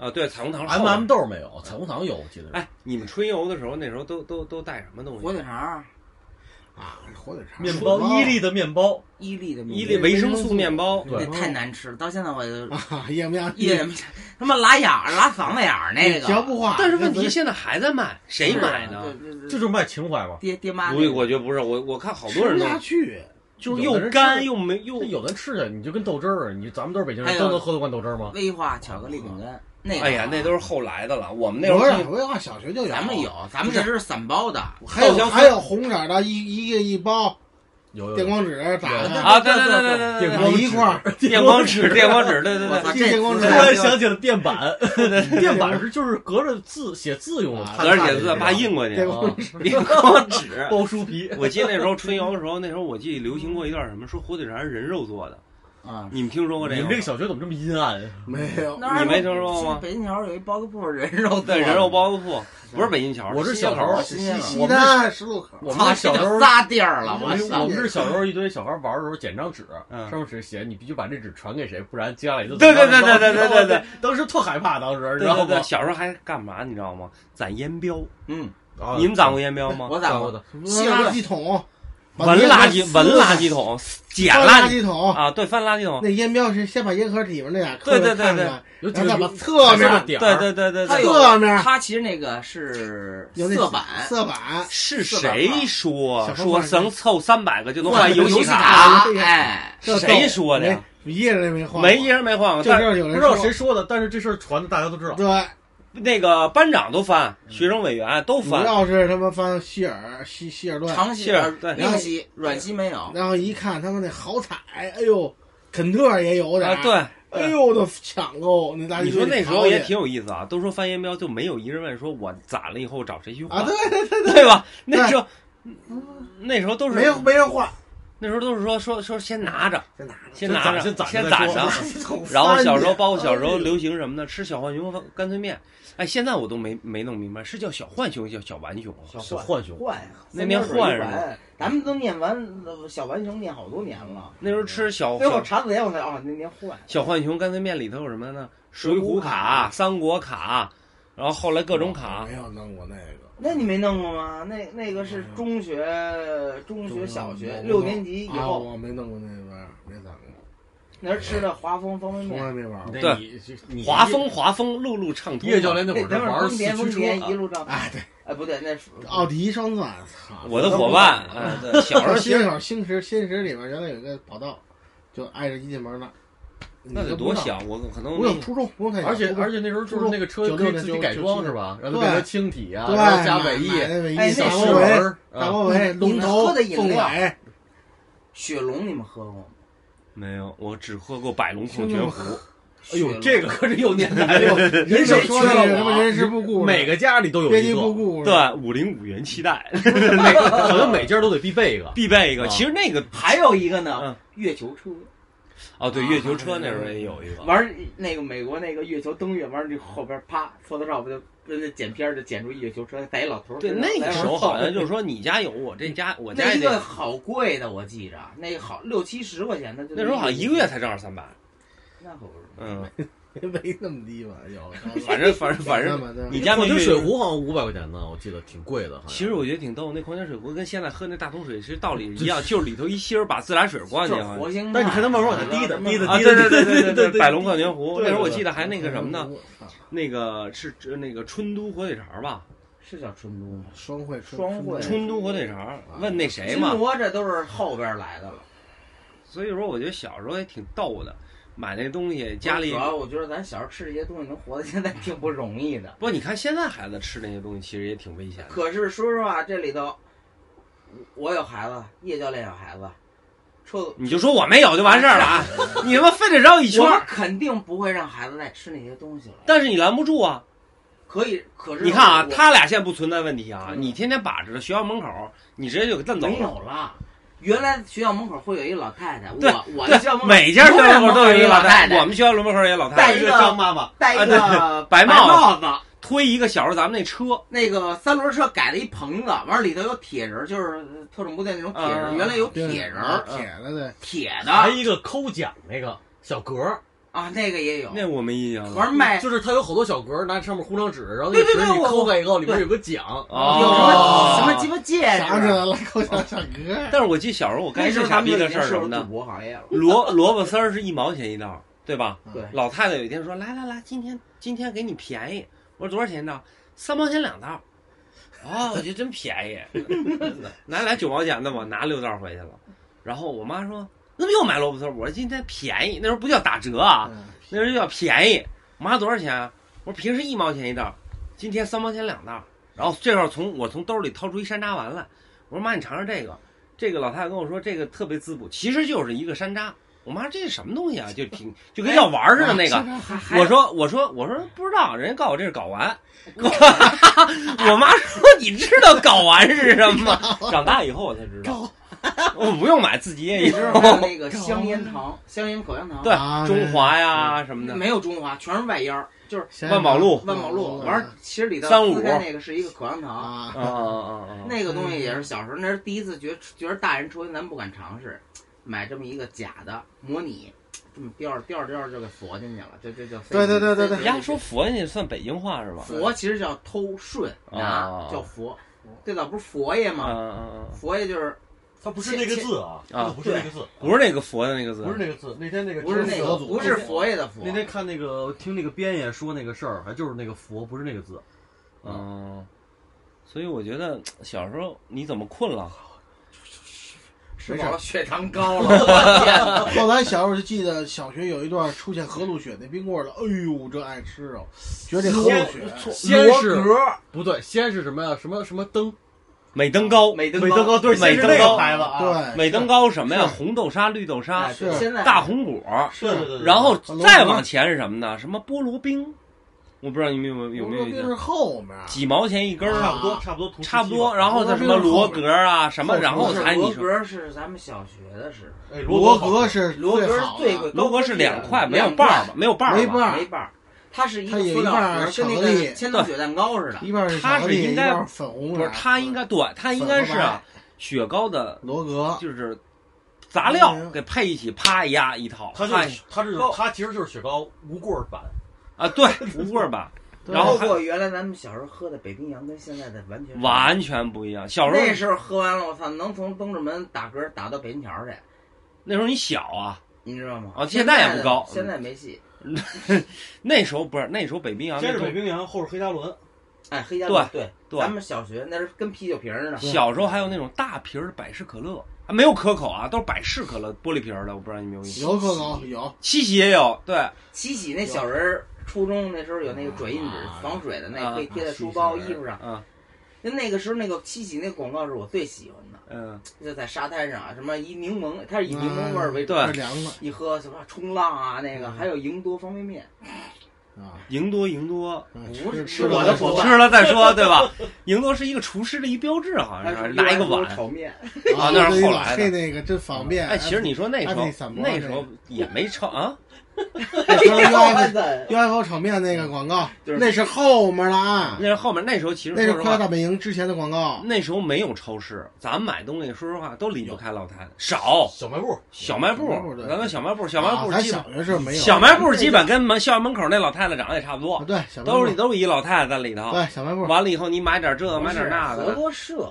Speaker 1: 啊？对，彩虹糖是后
Speaker 4: ，M
Speaker 1: 面
Speaker 4: M 豆没有，彩虹糖有，我记得是。
Speaker 1: 哎，你们春游的时候，那时候都都都带什么东西？
Speaker 3: 火腿肠，
Speaker 2: 啊，火腿肠，
Speaker 4: 面包，伊利的面包，
Speaker 3: 伊利的面
Speaker 1: 伊利维生素面包，
Speaker 4: 对
Speaker 3: 那太难吃了，到现在我都
Speaker 2: 啊，咽不下去
Speaker 3: 一点没他妈拉眼儿、拉嗓子眼儿那个，
Speaker 2: 嚼不化。
Speaker 1: 但是问题现在还在卖，谁买
Speaker 3: 对
Speaker 1: 呢？？
Speaker 3: 对对
Speaker 4: 这就是卖情怀嘛。
Speaker 3: 爹爹妈
Speaker 1: 不
Speaker 3: 那
Speaker 1: 是，
Speaker 3: 个
Speaker 1: 我觉得不是，我我看好多
Speaker 2: 吃
Speaker 1: 人
Speaker 2: 不
Speaker 1: 都
Speaker 2: 下去，
Speaker 1: 就是
Speaker 4: 有的
Speaker 1: 又
Speaker 4: 人
Speaker 1: 干
Speaker 4: 是
Speaker 1: 又没又
Speaker 4: 那有的吃啊，你就跟豆汁儿，你咱们都是北京
Speaker 3: 哎
Speaker 4: 人，
Speaker 3: 呀
Speaker 4: 都能喝得惯豆汁儿吗？
Speaker 3: 威化巧克力饼干，那个
Speaker 1: 哎呀，那都是后来的了。我们那时
Speaker 2: 不
Speaker 1: 候
Speaker 2: 是
Speaker 1: 春游
Speaker 2: 我要小学就有，
Speaker 3: 咱们，有，咱们那是散包的，
Speaker 2: 还有
Speaker 1: 豆香
Speaker 2: 还有红色的，一一个一包
Speaker 4: 有有
Speaker 2: 电
Speaker 4: 有。
Speaker 2: 光纸打
Speaker 3: 对
Speaker 2: 开，
Speaker 1: 啊，对对对对对对
Speaker 4: 电
Speaker 1: 对
Speaker 4: 光
Speaker 2: 买一块儿，
Speaker 1: 对，电光纸，电光纸，对对
Speaker 3: 我操，
Speaker 1: 对，
Speaker 3: 这
Speaker 2: 电光
Speaker 4: 突
Speaker 2: 纸
Speaker 4: 然想起了电板， 电板是就是隔着字写字用的，
Speaker 2: 啊
Speaker 4: 看
Speaker 1: 隔着写字
Speaker 4: 看
Speaker 1: 怕印过去
Speaker 2: 电，
Speaker 4: 啊
Speaker 2: 光
Speaker 1: 电光纸。
Speaker 4: 包书皮。
Speaker 1: 我记得那时候春游的时候，那时候我记得流行过一段什么，说火腿肠是人肉做的，
Speaker 3: 啊，
Speaker 1: 你们听说过这
Speaker 4: 你
Speaker 1: 个吗？
Speaker 4: 们这个小学怎么这么阴暗啊？
Speaker 2: 没有。
Speaker 3: 那儿
Speaker 1: 嗯你没听说过吗
Speaker 3: 北京桥有一包子铺，人肉
Speaker 1: 对，人肉包子铺，不是北京桥，
Speaker 4: 我是
Speaker 1: 新街
Speaker 4: 小时候
Speaker 1: 口
Speaker 3: 新鲜了。
Speaker 2: 西单十路口，
Speaker 4: 我
Speaker 3: 操，
Speaker 4: 们小时候
Speaker 3: 仨地儿了，
Speaker 4: 我
Speaker 3: 我
Speaker 4: 们
Speaker 3: 操
Speaker 4: 我！们是小时候一堆小孩玩的时候捡张纸，
Speaker 1: 嗯
Speaker 4: 上面只写你必须把这纸传给谁，不然接下来就
Speaker 1: 对对对对对对对对，
Speaker 4: 当时特害怕，当时知
Speaker 1: 对
Speaker 4: 道
Speaker 1: 对
Speaker 4: 吗
Speaker 1: 对，？小时候还干嘛你知道吗？攒烟标，
Speaker 3: 嗯，
Speaker 4: 啊
Speaker 1: 你们攒过烟标吗？
Speaker 3: 我咋
Speaker 4: 过
Speaker 3: 我
Speaker 4: 的？
Speaker 2: 扔垃圾桶，
Speaker 1: 闻垃圾，闻垃圾 桶，捡
Speaker 2: 翻
Speaker 1: 垃
Speaker 2: 垃
Speaker 1: 圾
Speaker 2: 圾桶。
Speaker 1: 啊，对，翻垃圾桶，
Speaker 2: 那烟标是先把烟盒底面那俩
Speaker 1: 对对
Speaker 2: 抠着
Speaker 1: 对
Speaker 2: 看
Speaker 1: 对
Speaker 2: 看，
Speaker 4: 有几
Speaker 2: 然后再把
Speaker 4: 个
Speaker 2: 侧
Speaker 4: 大
Speaker 2: 面
Speaker 4: 点
Speaker 1: 对
Speaker 4: 儿，
Speaker 1: 对对对
Speaker 3: 它
Speaker 1: 对，
Speaker 3: 有
Speaker 2: 侧面
Speaker 3: 它其实那个是
Speaker 2: 有那
Speaker 3: 色板，
Speaker 2: 色板，
Speaker 1: 是
Speaker 3: 四百
Speaker 1: 谁
Speaker 3: 块
Speaker 1: 说
Speaker 2: 小方
Speaker 1: 说
Speaker 2: 块
Speaker 1: 能凑三百个就能
Speaker 3: 换
Speaker 1: 换
Speaker 3: 游
Speaker 1: 戏
Speaker 2: 卡
Speaker 3: 卡，
Speaker 2: 对
Speaker 3: 哎，
Speaker 1: 是谁说的呀？
Speaker 2: 没一个人没换过，
Speaker 1: 啊没一人没换过，
Speaker 2: 就
Speaker 1: 但
Speaker 2: 知
Speaker 1: 是
Speaker 2: 道有
Speaker 4: 不
Speaker 2: 人
Speaker 4: 知道
Speaker 2: 说
Speaker 4: 谁说的，但是这事儿传的大家都知道。
Speaker 2: 对。
Speaker 1: 那个班长都翻，学生委员都啊
Speaker 2: 主
Speaker 1: 翻，
Speaker 2: 要是他妈翻希尔希希尔顿，
Speaker 3: 长息
Speaker 1: 是
Speaker 3: 呃
Speaker 1: 对
Speaker 3: 硬息软息没有，
Speaker 2: 然后一看他妈那好彩，哎呦，肯特也有点，
Speaker 1: 啊，，对，
Speaker 2: 哎呦我都抢购那大
Speaker 1: 你
Speaker 2: 衣
Speaker 1: 说
Speaker 2: 堆
Speaker 1: 那
Speaker 2: 里
Speaker 1: 时
Speaker 2: 跑去。
Speaker 1: 候也挺有意思啊，都说翻烟标就没有一人问说我攒了以
Speaker 3: 啊
Speaker 1: 后找谁去换，
Speaker 2: 啊，对，
Speaker 1: 对吧？那时候那时候都是
Speaker 2: 没有没人换，
Speaker 1: 那时候都是说说说先拿着，
Speaker 2: 先拿着。
Speaker 1: 先拿着，
Speaker 4: 先攒
Speaker 1: 先
Speaker 4: 先
Speaker 1: 攒
Speaker 4: 攒着
Speaker 1: 着。然后小时候，包括小时候流行什么呢？吃小浣熊干脆面。哎，现在我都没没弄明白，是叫小浣熊，叫小浣熊啊。
Speaker 4: 小浣熊，
Speaker 3: 换啊呀，
Speaker 1: 那念换是吧
Speaker 3: 吧？咱们都念完呃小浣熊念好多年了，
Speaker 1: 那时候吃小
Speaker 3: 最后
Speaker 1: 小
Speaker 3: 查字典我才哦，那念换。
Speaker 1: 小浣熊干脆面里头有什么呢？
Speaker 3: 水
Speaker 1: 水
Speaker 3: 浒
Speaker 1: 浒
Speaker 3: 卡
Speaker 1: 卡、三国卡，然后后来各种卡
Speaker 2: 没。有弄过那个。
Speaker 3: 那你没弄过吗？那那个是中学、中学、小学
Speaker 2: 我
Speaker 3: 六年级以
Speaker 2: 啊
Speaker 3: 后，
Speaker 2: 我没弄过那边儿，没攒过，
Speaker 3: 那时候吃的华丰方便
Speaker 2: 从来
Speaker 3: 面，
Speaker 2: 没玩 过。
Speaker 1: 对
Speaker 5: 你你
Speaker 1: 华丰华丰路路畅通。
Speaker 5: 叶教练那
Speaker 3: 那
Speaker 5: 会儿
Speaker 3: 等
Speaker 5: 是
Speaker 3: 会儿
Speaker 5: 玩
Speaker 3: 丰
Speaker 5: 四
Speaker 3: 田丰
Speaker 5: 驱
Speaker 3: 田
Speaker 5: 车
Speaker 3: 一，路上，
Speaker 2: 哎，对，
Speaker 3: 哎不对，那是
Speaker 2: 奥迪双钻，操！
Speaker 1: 我的伙伴，哎，对，小时候其
Speaker 2: 新
Speaker 1: 实
Speaker 2: 手新石新石里面原来有一个跑道，就挨着一进门那儿，你
Speaker 1: 那
Speaker 2: 就
Speaker 1: 得
Speaker 2: 不
Speaker 1: 多
Speaker 2: 知道，
Speaker 1: 小，我可能
Speaker 2: 不用初中，不用太小，
Speaker 4: 而且
Speaker 2: 初中
Speaker 4: 而且那时候就是那个车
Speaker 2: 九六
Speaker 4: 可以
Speaker 2: 年
Speaker 4: 自己
Speaker 2: 九
Speaker 4: 改装
Speaker 2: 九七
Speaker 4: 是吧？然后
Speaker 2: 对
Speaker 4: 变成轻体啊，
Speaker 2: 对，
Speaker 4: 然后加尾翼、
Speaker 2: 买那尾
Speaker 3: 哎
Speaker 2: 翼、
Speaker 3: 那
Speaker 2: 大
Speaker 4: 小
Speaker 3: 时
Speaker 2: 波
Speaker 3: 候
Speaker 2: 尾、
Speaker 4: 轮
Speaker 2: 大
Speaker 4: 啊，
Speaker 2: 波尾、
Speaker 3: 你
Speaker 2: 龙
Speaker 3: 们
Speaker 2: 头
Speaker 3: 喝的、饮
Speaker 2: 凤
Speaker 3: 料
Speaker 2: 尾，
Speaker 3: 雪龙，你们喝过吗？
Speaker 1: 没有，我只喝过百龙矿泉湖。
Speaker 4: 哎呦，
Speaker 3: 雪
Speaker 4: 这
Speaker 3: 龙
Speaker 4: 个可是有年 代了，
Speaker 2: 人
Speaker 4: 谁
Speaker 2: 说
Speaker 4: 缺
Speaker 2: 那
Speaker 4: 了
Speaker 2: 个什么
Speaker 3: 啊
Speaker 4: 我
Speaker 2: 人事部故事，
Speaker 4: 每个家里都有
Speaker 2: 阶级
Speaker 4: 一
Speaker 2: 部
Speaker 4: 个，
Speaker 2: 故事，
Speaker 1: 对，五零五元七代
Speaker 4: 每个可能每家都得必备一个。
Speaker 1: 必备一个。
Speaker 4: 啊
Speaker 1: 其实那个
Speaker 3: 还有一个呢
Speaker 1: 嗯，
Speaker 3: 月球车，
Speaker 1: 哦，对，月球车那时候也有一个。
Speaker 3: 玩那个美国那个月球登月，完了就后边啪，Photoshop 就跟那剪片儿就剪出一月球车，逮一老头儿
Speaker 1: 对，
Speaker 3: 身上
Speaker 1: 那个
Speaker 3: 来回
Speaker 1: 时候
Speaker 3: 晃
Speaker 1: 好像就是说你家有，我这家我家
Speaker 3: 那
Speaker 1: 也
Speaker 3: 一个
Speaker 1: 得。
Speaker 3: 好贵的，我记着，那个好六七十块钱的，就
Speaker 1: 那时候好像一个月，才挣二三百。
Speaker 3: 那可不是。
Speaker 1: 嗯，
Speaker 2: 没那么低吧？有，
Speaker 1: 反正反正反
Speaker 2: 那
Speaker 1: 正，
Speaker 2: 么的
Speaker 1: 你家没
Speaker 4: 矿泉
Speaker 1: 月
Speaker 4: 水壶好像五百块钱呢，我记得挺贵的。好像
Speaker 1: 其实我觉得挺逗，那矿泉水壶跟现在喝那大桶水其实道理是一样，就是里头一芯儿把自来水灌进
Speaker 3: 这
Speaker 1: 去。
Speaker 3: 火星，
Speaker 4: 但是你看它慢慢往下滴的滴的
Speaker 1: 啊，对对对 对对对，百龙矿泉壶。那
Speaker 4: 对对
Speaker 1: 时候我
Speaker 4: 对
Speaker 1: 记得还那个什么呢？？
Speaker 2: 啊
Speaker 1: 那个是呃那个春都火腿肠吧？
Speaker 3: 是叫春都吗？
Speaker 2: 双汇春
Speaker 3: 双汇
Speaker 2: 春
Speaker 1: 春都火腿肠，问那谁
Speaker 3: 金
Speaker 1: 嘛？
Speaker 3: 锣这都是后边来的了。
Speaker 1: 所以说，我觉得小时候也挺逗的，买那东西家里
Speaker 3: 主。要我觉得咱小时候吃这些东西能活到现在挺不容易的。
Speaker 1: 不，你看现在孩子吃那些东西，其实也挺危险的。
Speaker 3: 可是说实话，这里头我有孩子，叶教练有孩子，车子
Speaker 1: 你就说我没有就完事儿了啊！你他妈非得绕一圈
Speaker 3: 我
Speaker 1: 儿，
Speaker 3: 们肯定不会让孩子再吃那些东西了。
Speaker 1: 但是你拦不住啊！
Speaker 3: 可以，可是
Speaker 1: 你看啊，
Speaker 3: 我
Speaker 1: 他俩现在不存在问题啊！
Speaker 3: 嗯
Speaker 1: 你天天把着学校门口，你直接就给蹬走
Speaker 3: 没
Speaker 1: 了。
Speaker 3: 有了。原来学校门口会有一老太太，
Speaker 1: 对
Speaker 3: 我我啊的学校门
Speaker 1: 对，
Speaker 3: 口
Speaker 1: 每家学校门口都有一老太
Speaker 3: 太，
Speaker 1: 我们学校门口也有老太
Speaker 3: 带
Speaker 1: 太
Speaker 3: 一
Speaker 4: 一
Speaker 3: 个
Speaker 4: 个张妈妈，
Speaker 3: 戴一个
Speaker 1: 白帽
Speaker 3: 帽子，
Speaker 1: 推一个小时候咱们那车，
Speaker 3: 那个三轮车改了一棚子，完了里头有铁人，就是呃特种部队那种铁
Speaker 1: 啊哎
Speaker 3: 人，原来有
Speaker 2: 对
Speaker 3: 铁人
Speaker 2: 啊铁的对，
Speaker 3: 铁
Speaker 4: 还
Speaker 3: 的
Speaker 4: 一个抠奖那个小格儿，
Speaker 3: 啊，那个也有。
Speaker 1: 那我没印象了。
Speaker 3: 玩卖
Speaker 4: 就是它有好多小格儿，拿上面糊张纸，然后
Speaker 3: 对
Speaker 4: 那
Speaker 3: 对
Speaker 4: 纸
Speaker 3: 对
Speaker 4: 你
Speaker 3: 我
Speaker 4: 抠开以后，里面
Speaker 3: 对
Speaker 4: 有个奖。
Speaker 3: 有
Speaker 1: 啊
Speaker 3: 什么
Speaker 1: 哦
Speaker 3: 什么鸡巴戒
Speaker 2: 想起
Speaker 3: 指，
Speaker 2: 来
Speaker 3: 啊
Speaker 2: 了，高小小哥。
Speaker 1: 但是我记得小时候我干
Speaker 3: 那
Speaker 1: 一
Speaker 3: 时
Speaker 1: 最
Speaker 3: 候
Speaker 1: 傻
Speaker 3: 咱们
Speaker 1: 逼
Speaker 3: 就
Speaker 1: 的
Speaker 3: 已
Speaker 1: 事
Speaker 3: 经
Speaker 1: 儿
Speaker 3: 涉
Speaker 1: 什么
Speaker 3: 入赌
Speaker 1: 呢？
Speaker 3: 博行业了。
Speaker 1: 萝萝卜丝儿是一毛钱一道， 对吧？
Speaker 3: 对
Speaker 2: 啊
Speaker 1: 老太太有一天说：“来来来，今天今天给你便宜。”我说：“多少钱一道？三毛钱两道。”哦，我觉得真便宜， 来来九毛钱的吧，拿六道回去了。然后我妈说：“你怎么又买萝卜丝儿？”我说：“今天便宜，那时候不叫打折啊，
Speaker 2: 嗯
Speaker 1: 那时候叫便宜。”我妈多少钱啊？我说：“平时一毛钱一道，今天三毛钱两道。”然后这会儿从我从兜里掏出一山楂丸来，我说：“妈，你尝尝这个。”这个老太太跟我说，这个特别滋补，其实就是一个山楂。我妈这是什么东西啊？就挺就跟药丸儿似的
Speaker 2: 哎
Speaker 1: 那个。
Speaker 2: 嗯
Speaker 3: 还还
Speaker 1: 我说我说我说不知道，人家告诉我这是睾丸。我妈说你知道睾丸是什么吗？长大以后我才知道，我不用买自己也
Speaker 3: 那
Speaker 1: 有
Speaker 3: 时。候还 有那个香烟糖、香烟口香糖，
Speaker 1: 对
Speaker 2: 啊，
Speaker 1: 中华呀什么的，
Speaker 3: 没有中华，全是外烟儿，就是
Speaker 1: 万宝路
Speaker 3: 万宝路。完了，其实里头
Speaker 1: 哦三五
Speaker 3: 撕开那个是一个口香糖。
Speaker 2: 啊
Speaker 1: 啊，啊啊啊！
Speaker 3: 那个东西也是小时候，那是第一次觉觉得大人抽烟咱不敢尝试，买这么一个假的模拟，这么叼着叼着叼着就给佛进去了，这这就飞
Speaker 2: 对对对对对
Speaker 1: 人家说佛那算北京话是吧？
Speaker 3: 佛其实叫偷顺拿
Speaker 1: 啊
Speaker 3: 叫佛，最早不是佛爷
Speaker 1: 啊
Speaker 3: 吗？
Speaker 1: 啊啊！
Speaker 3: 佛爷就是
Speaker 4: 它不是那个字啊，
Speaker 1: 啊
Speaker 4: 它不是那个字，
Speaker 1: 不是那个佛的那个字，
Speaker 4: 不是那个字。那天那个
Speaker 3: 不是那个
Speaker 4: 天死
Speaker 3: 不是佛爷的佛
Speaker 4: 那，天看那个听那个边爷说那个事儿，还就是那个佛不是那个字，
Speaker 1: 嗯，所以我觉得小时候你怎么困了？
Speaker 3: 吃饱了血糖高了，我天哪！
Speaker 1: 啊
Speaker 2: 后来小时候就记得小学有一段出现河路雪那冰棍儿了，哎呦，这爱吃哦，觉得这河路雪
Speaker 4: 先是
Speaker 2: 罗格
Speaker 4: 不对，先是什么呀？什么什么灯？
Speaker 1: 美登高，
Speaker 3: 美登
Speaker 4: 美登高，对，
Speaker 1: 美
Speaker 4: 先是那
Speaker 1: 登高
Speaker 4: 个牌子啊，
Speaker 2: 对
Speaker 1: 美登高什么呀？
Speaker 2: 是
Speaker 1: 红豆沙、绿豆沙
Speaker 3: 哎、
Speaker 2: 是
Speaker 3: 现在
Speaker 1: 啊大红果，
Speaker 4: 对对对对。
Speaker 1: 然后
Speaker 2: 龙
Speaker 1: 再
Speaker 2: 王
Speaker 1: 往前是什么呢？什么菠萝冰，我不知道你们有没有有没有
Speaker 2: 胡
Speaker 1: 印
Speaker 2: 萝
Speaker 1: 象
Speaker 2: 卜是后面，
Speaker 1: 几毛钱一根儿
Speaker 2: 啊
Speaker 1: 啊，
Speaker 4: 差不多差不多图
Speaker 1: 差不多。
Speaker 4: 后
Speaker 1: 然后它什么罗格啊什么，然后
Speaker 3: 是
Speaker 1: 才你
Speaker 3: 罗
Speaker 1: 说
Speaker 3: 格是咱们小学的时候，
Speaker 4: 哎
Speaker 2: 罗
Speaker 4: 格
Speaker 2: 格
Speaker 4: 好
Speaker 2: 是
Speaker 3: 罗格
Speaker 2: 最
Speaker 3: 是
Speaker 2: 好
Speaker 3: 最
Speaker 2: 的
Speaker 3: 贵，
Speaker 1: 罗格是两块，没有瓣儿
Speaker 3: 瓣
Speaker 1: 吧？没有瓣儿
Speaker 2: 没
Speaker 1: 吧
Speaker 2: 瓣？儿
Speaker 3: 没瓣儿，它是一
Speaker 2: 它
Speaker 3: 个
Speaker 2: 有
Speaker 3: 塑料
Speaker 2: 一半
Speaker 3: 盒
Speaker 2: 儿
Speaker 3: 儿，
Speaker 2: 巧
Speaker 3: 跟那
Speaker 2: 克力
Speaker 3: 个千层雪蛋糕似的。
Speaker 2: 一半儿是
Speaker 1: 它是
Speaker 2: 巧克力
Speaker 1: 应该
Speaker 2: 一半儿粉红
Speaker 1: 不
Speaker 2: 的，
Speaker 1: 是，它应该对，它应该是啊，雪糕的，
Speaker 2: 罗格
Speaker 1: 就是杂料给配一起，啪一压一套，
Speaker 4: 它
Speaker 1: 哎
Speaker 4: 就是它是
Speaker 3: 高
Speaker 4: 它其实就是雪糕无棍儿版，
Speaker 1: 啊，对，无棍儿吧，然后
Speaker 3: 包括原来咱们小时候喝的北冰洋跟现在的完全不一样
Speaker 1: 完全不一样。小时候
Speaker 3: 那时候喝完了，我操，能从东直门打嗝打到北京桥去，
Speaker 1: 那时候你小啊，
Speaker 3: 你知道吗？
Speaker 1: 啊
Speaker 3: 现
Speaker 1: 现在也
Speaker 3: 的
Speaker 1: 不高
Speaker 3: 现在没戏。
Speaker 1: 那时候不是那时候北冰洋
Speaker 4: 先
Speaker 1: 那
Speaker 4: 是北
Speaker 1: 种，
Speaker 4: 冰洋，后是黑加仑。
Speaker 3: 哎，黑加仑对
Speaker 1: 对
Speaker 3: 咱们小学那是跟啤酒瓶儿似的，
Speaker 1: 小时候还有那种大瓶儿的百事可乐，啊，没有可口啊，都是百事可乐玻璃瓶儿的，我不知道你们有没有印象。
Speaker 2: 有可能有，
Speaker 1: 七喜也有，对，
Speaker 3: 七喜那小人儿，初中那时候有那个转印纸
Speaker 5: 啊
Speaker 3: 防水的，那
Speaker 1: 啊
Speaker 3: 可以贴在书
Speaker 5: 啊
Speaker 3: 包、
Speaker 5: 七喜小人
Speaker 3: 衣服上。
Speaker 1: 嗯
Speaker 3: 那那个时候那个七喜那广告是我最喜欢的，
Speaker 1: 嗯，
Speaker 3: 就在沙滩上，啊什么以柠檬，它是以柠檬味儿为主，
Speaker 1: 嗯对
Speaker 2: 是凉的
Speaker 3: 一喝什么冲浪啊，那个
Speaker 2: 嗯
Speaker 3: 还有赢多方便面，
Speaker 2: 啊，
Speaker 1: 赢多赢多，
Speaker 2: 嗯
Speaker 3: 不
Speaker 2: 吃
Speaker 3: 是
Speaker 2: 吃
Speaker 3: 我
Speaker 2: 了
Speaker 3: 的
Speaker 1: 啊
Speaker 2: 再说
Speaker 3: 伙伴
Speaker 1: 吃了再说，对吧？赢多是一个厨师的一标志，好像
Speaker 3: 还
Speaker 1: 是
Speaker 3: 有
Speaker 1: 啊拿一个碗
Speaker 3: 炒面，
Speaker 1: 啊，那是后来
Speaker 2: 黑
Speaker 1: 的。
Speaker 2: 那个真方便。
Speaker 1: 哎，其实你说那时
Speaker 2: 哎
Speaker 1: 候
Speaker 2: 那怎么了
Speaker 1: 那时候也没超啊，
Speaker 2: 那时候
Speaker 3: 哇
Speaker 2: UFO
Speaker 3: 塞
Speaker 2: UFO 炒面那个广告，
Speaker 3: 就是
Speaker 2: 那是后面的 啊
Speaker 1: 那，是后面那时候其实
Speaker 2: 那是
Speaker 1: 说
Speaker 2: 《
Speaker 1: 实
Speaker 2: 快乐
Speaker 1: 话，
Speaker 2: 大本营》之前的广告。
Speaker 1: 那时候没有超市，咱们买东西说实话都离不开老坛，少
Speaker 4: 小卖部，
Speaker 1: 小卖部
Speaker 2: 小卖部，对
Speaker 1: 咱们小卖部，小卖部
Speaker 2: 啊咱
Speaker 1: 基本
Speaker 2: 小学时候没有
Speaker 1: 小卖部基本跟门校园门口那老太太长得也差不
Speaker 2: 啊
Speaker 1: 多，
Speaker 2: 对小卖
Speaker 1: 兜里
Speaker 2: 部，
Speaker 1: 都是一老太太在里头。
Speaker 2: 对小卖部，
Speaker 1: 完了以后，你买点这，买点那
Speaker 3: 合
Speaker 1: 的。
Speaker 3: 作社，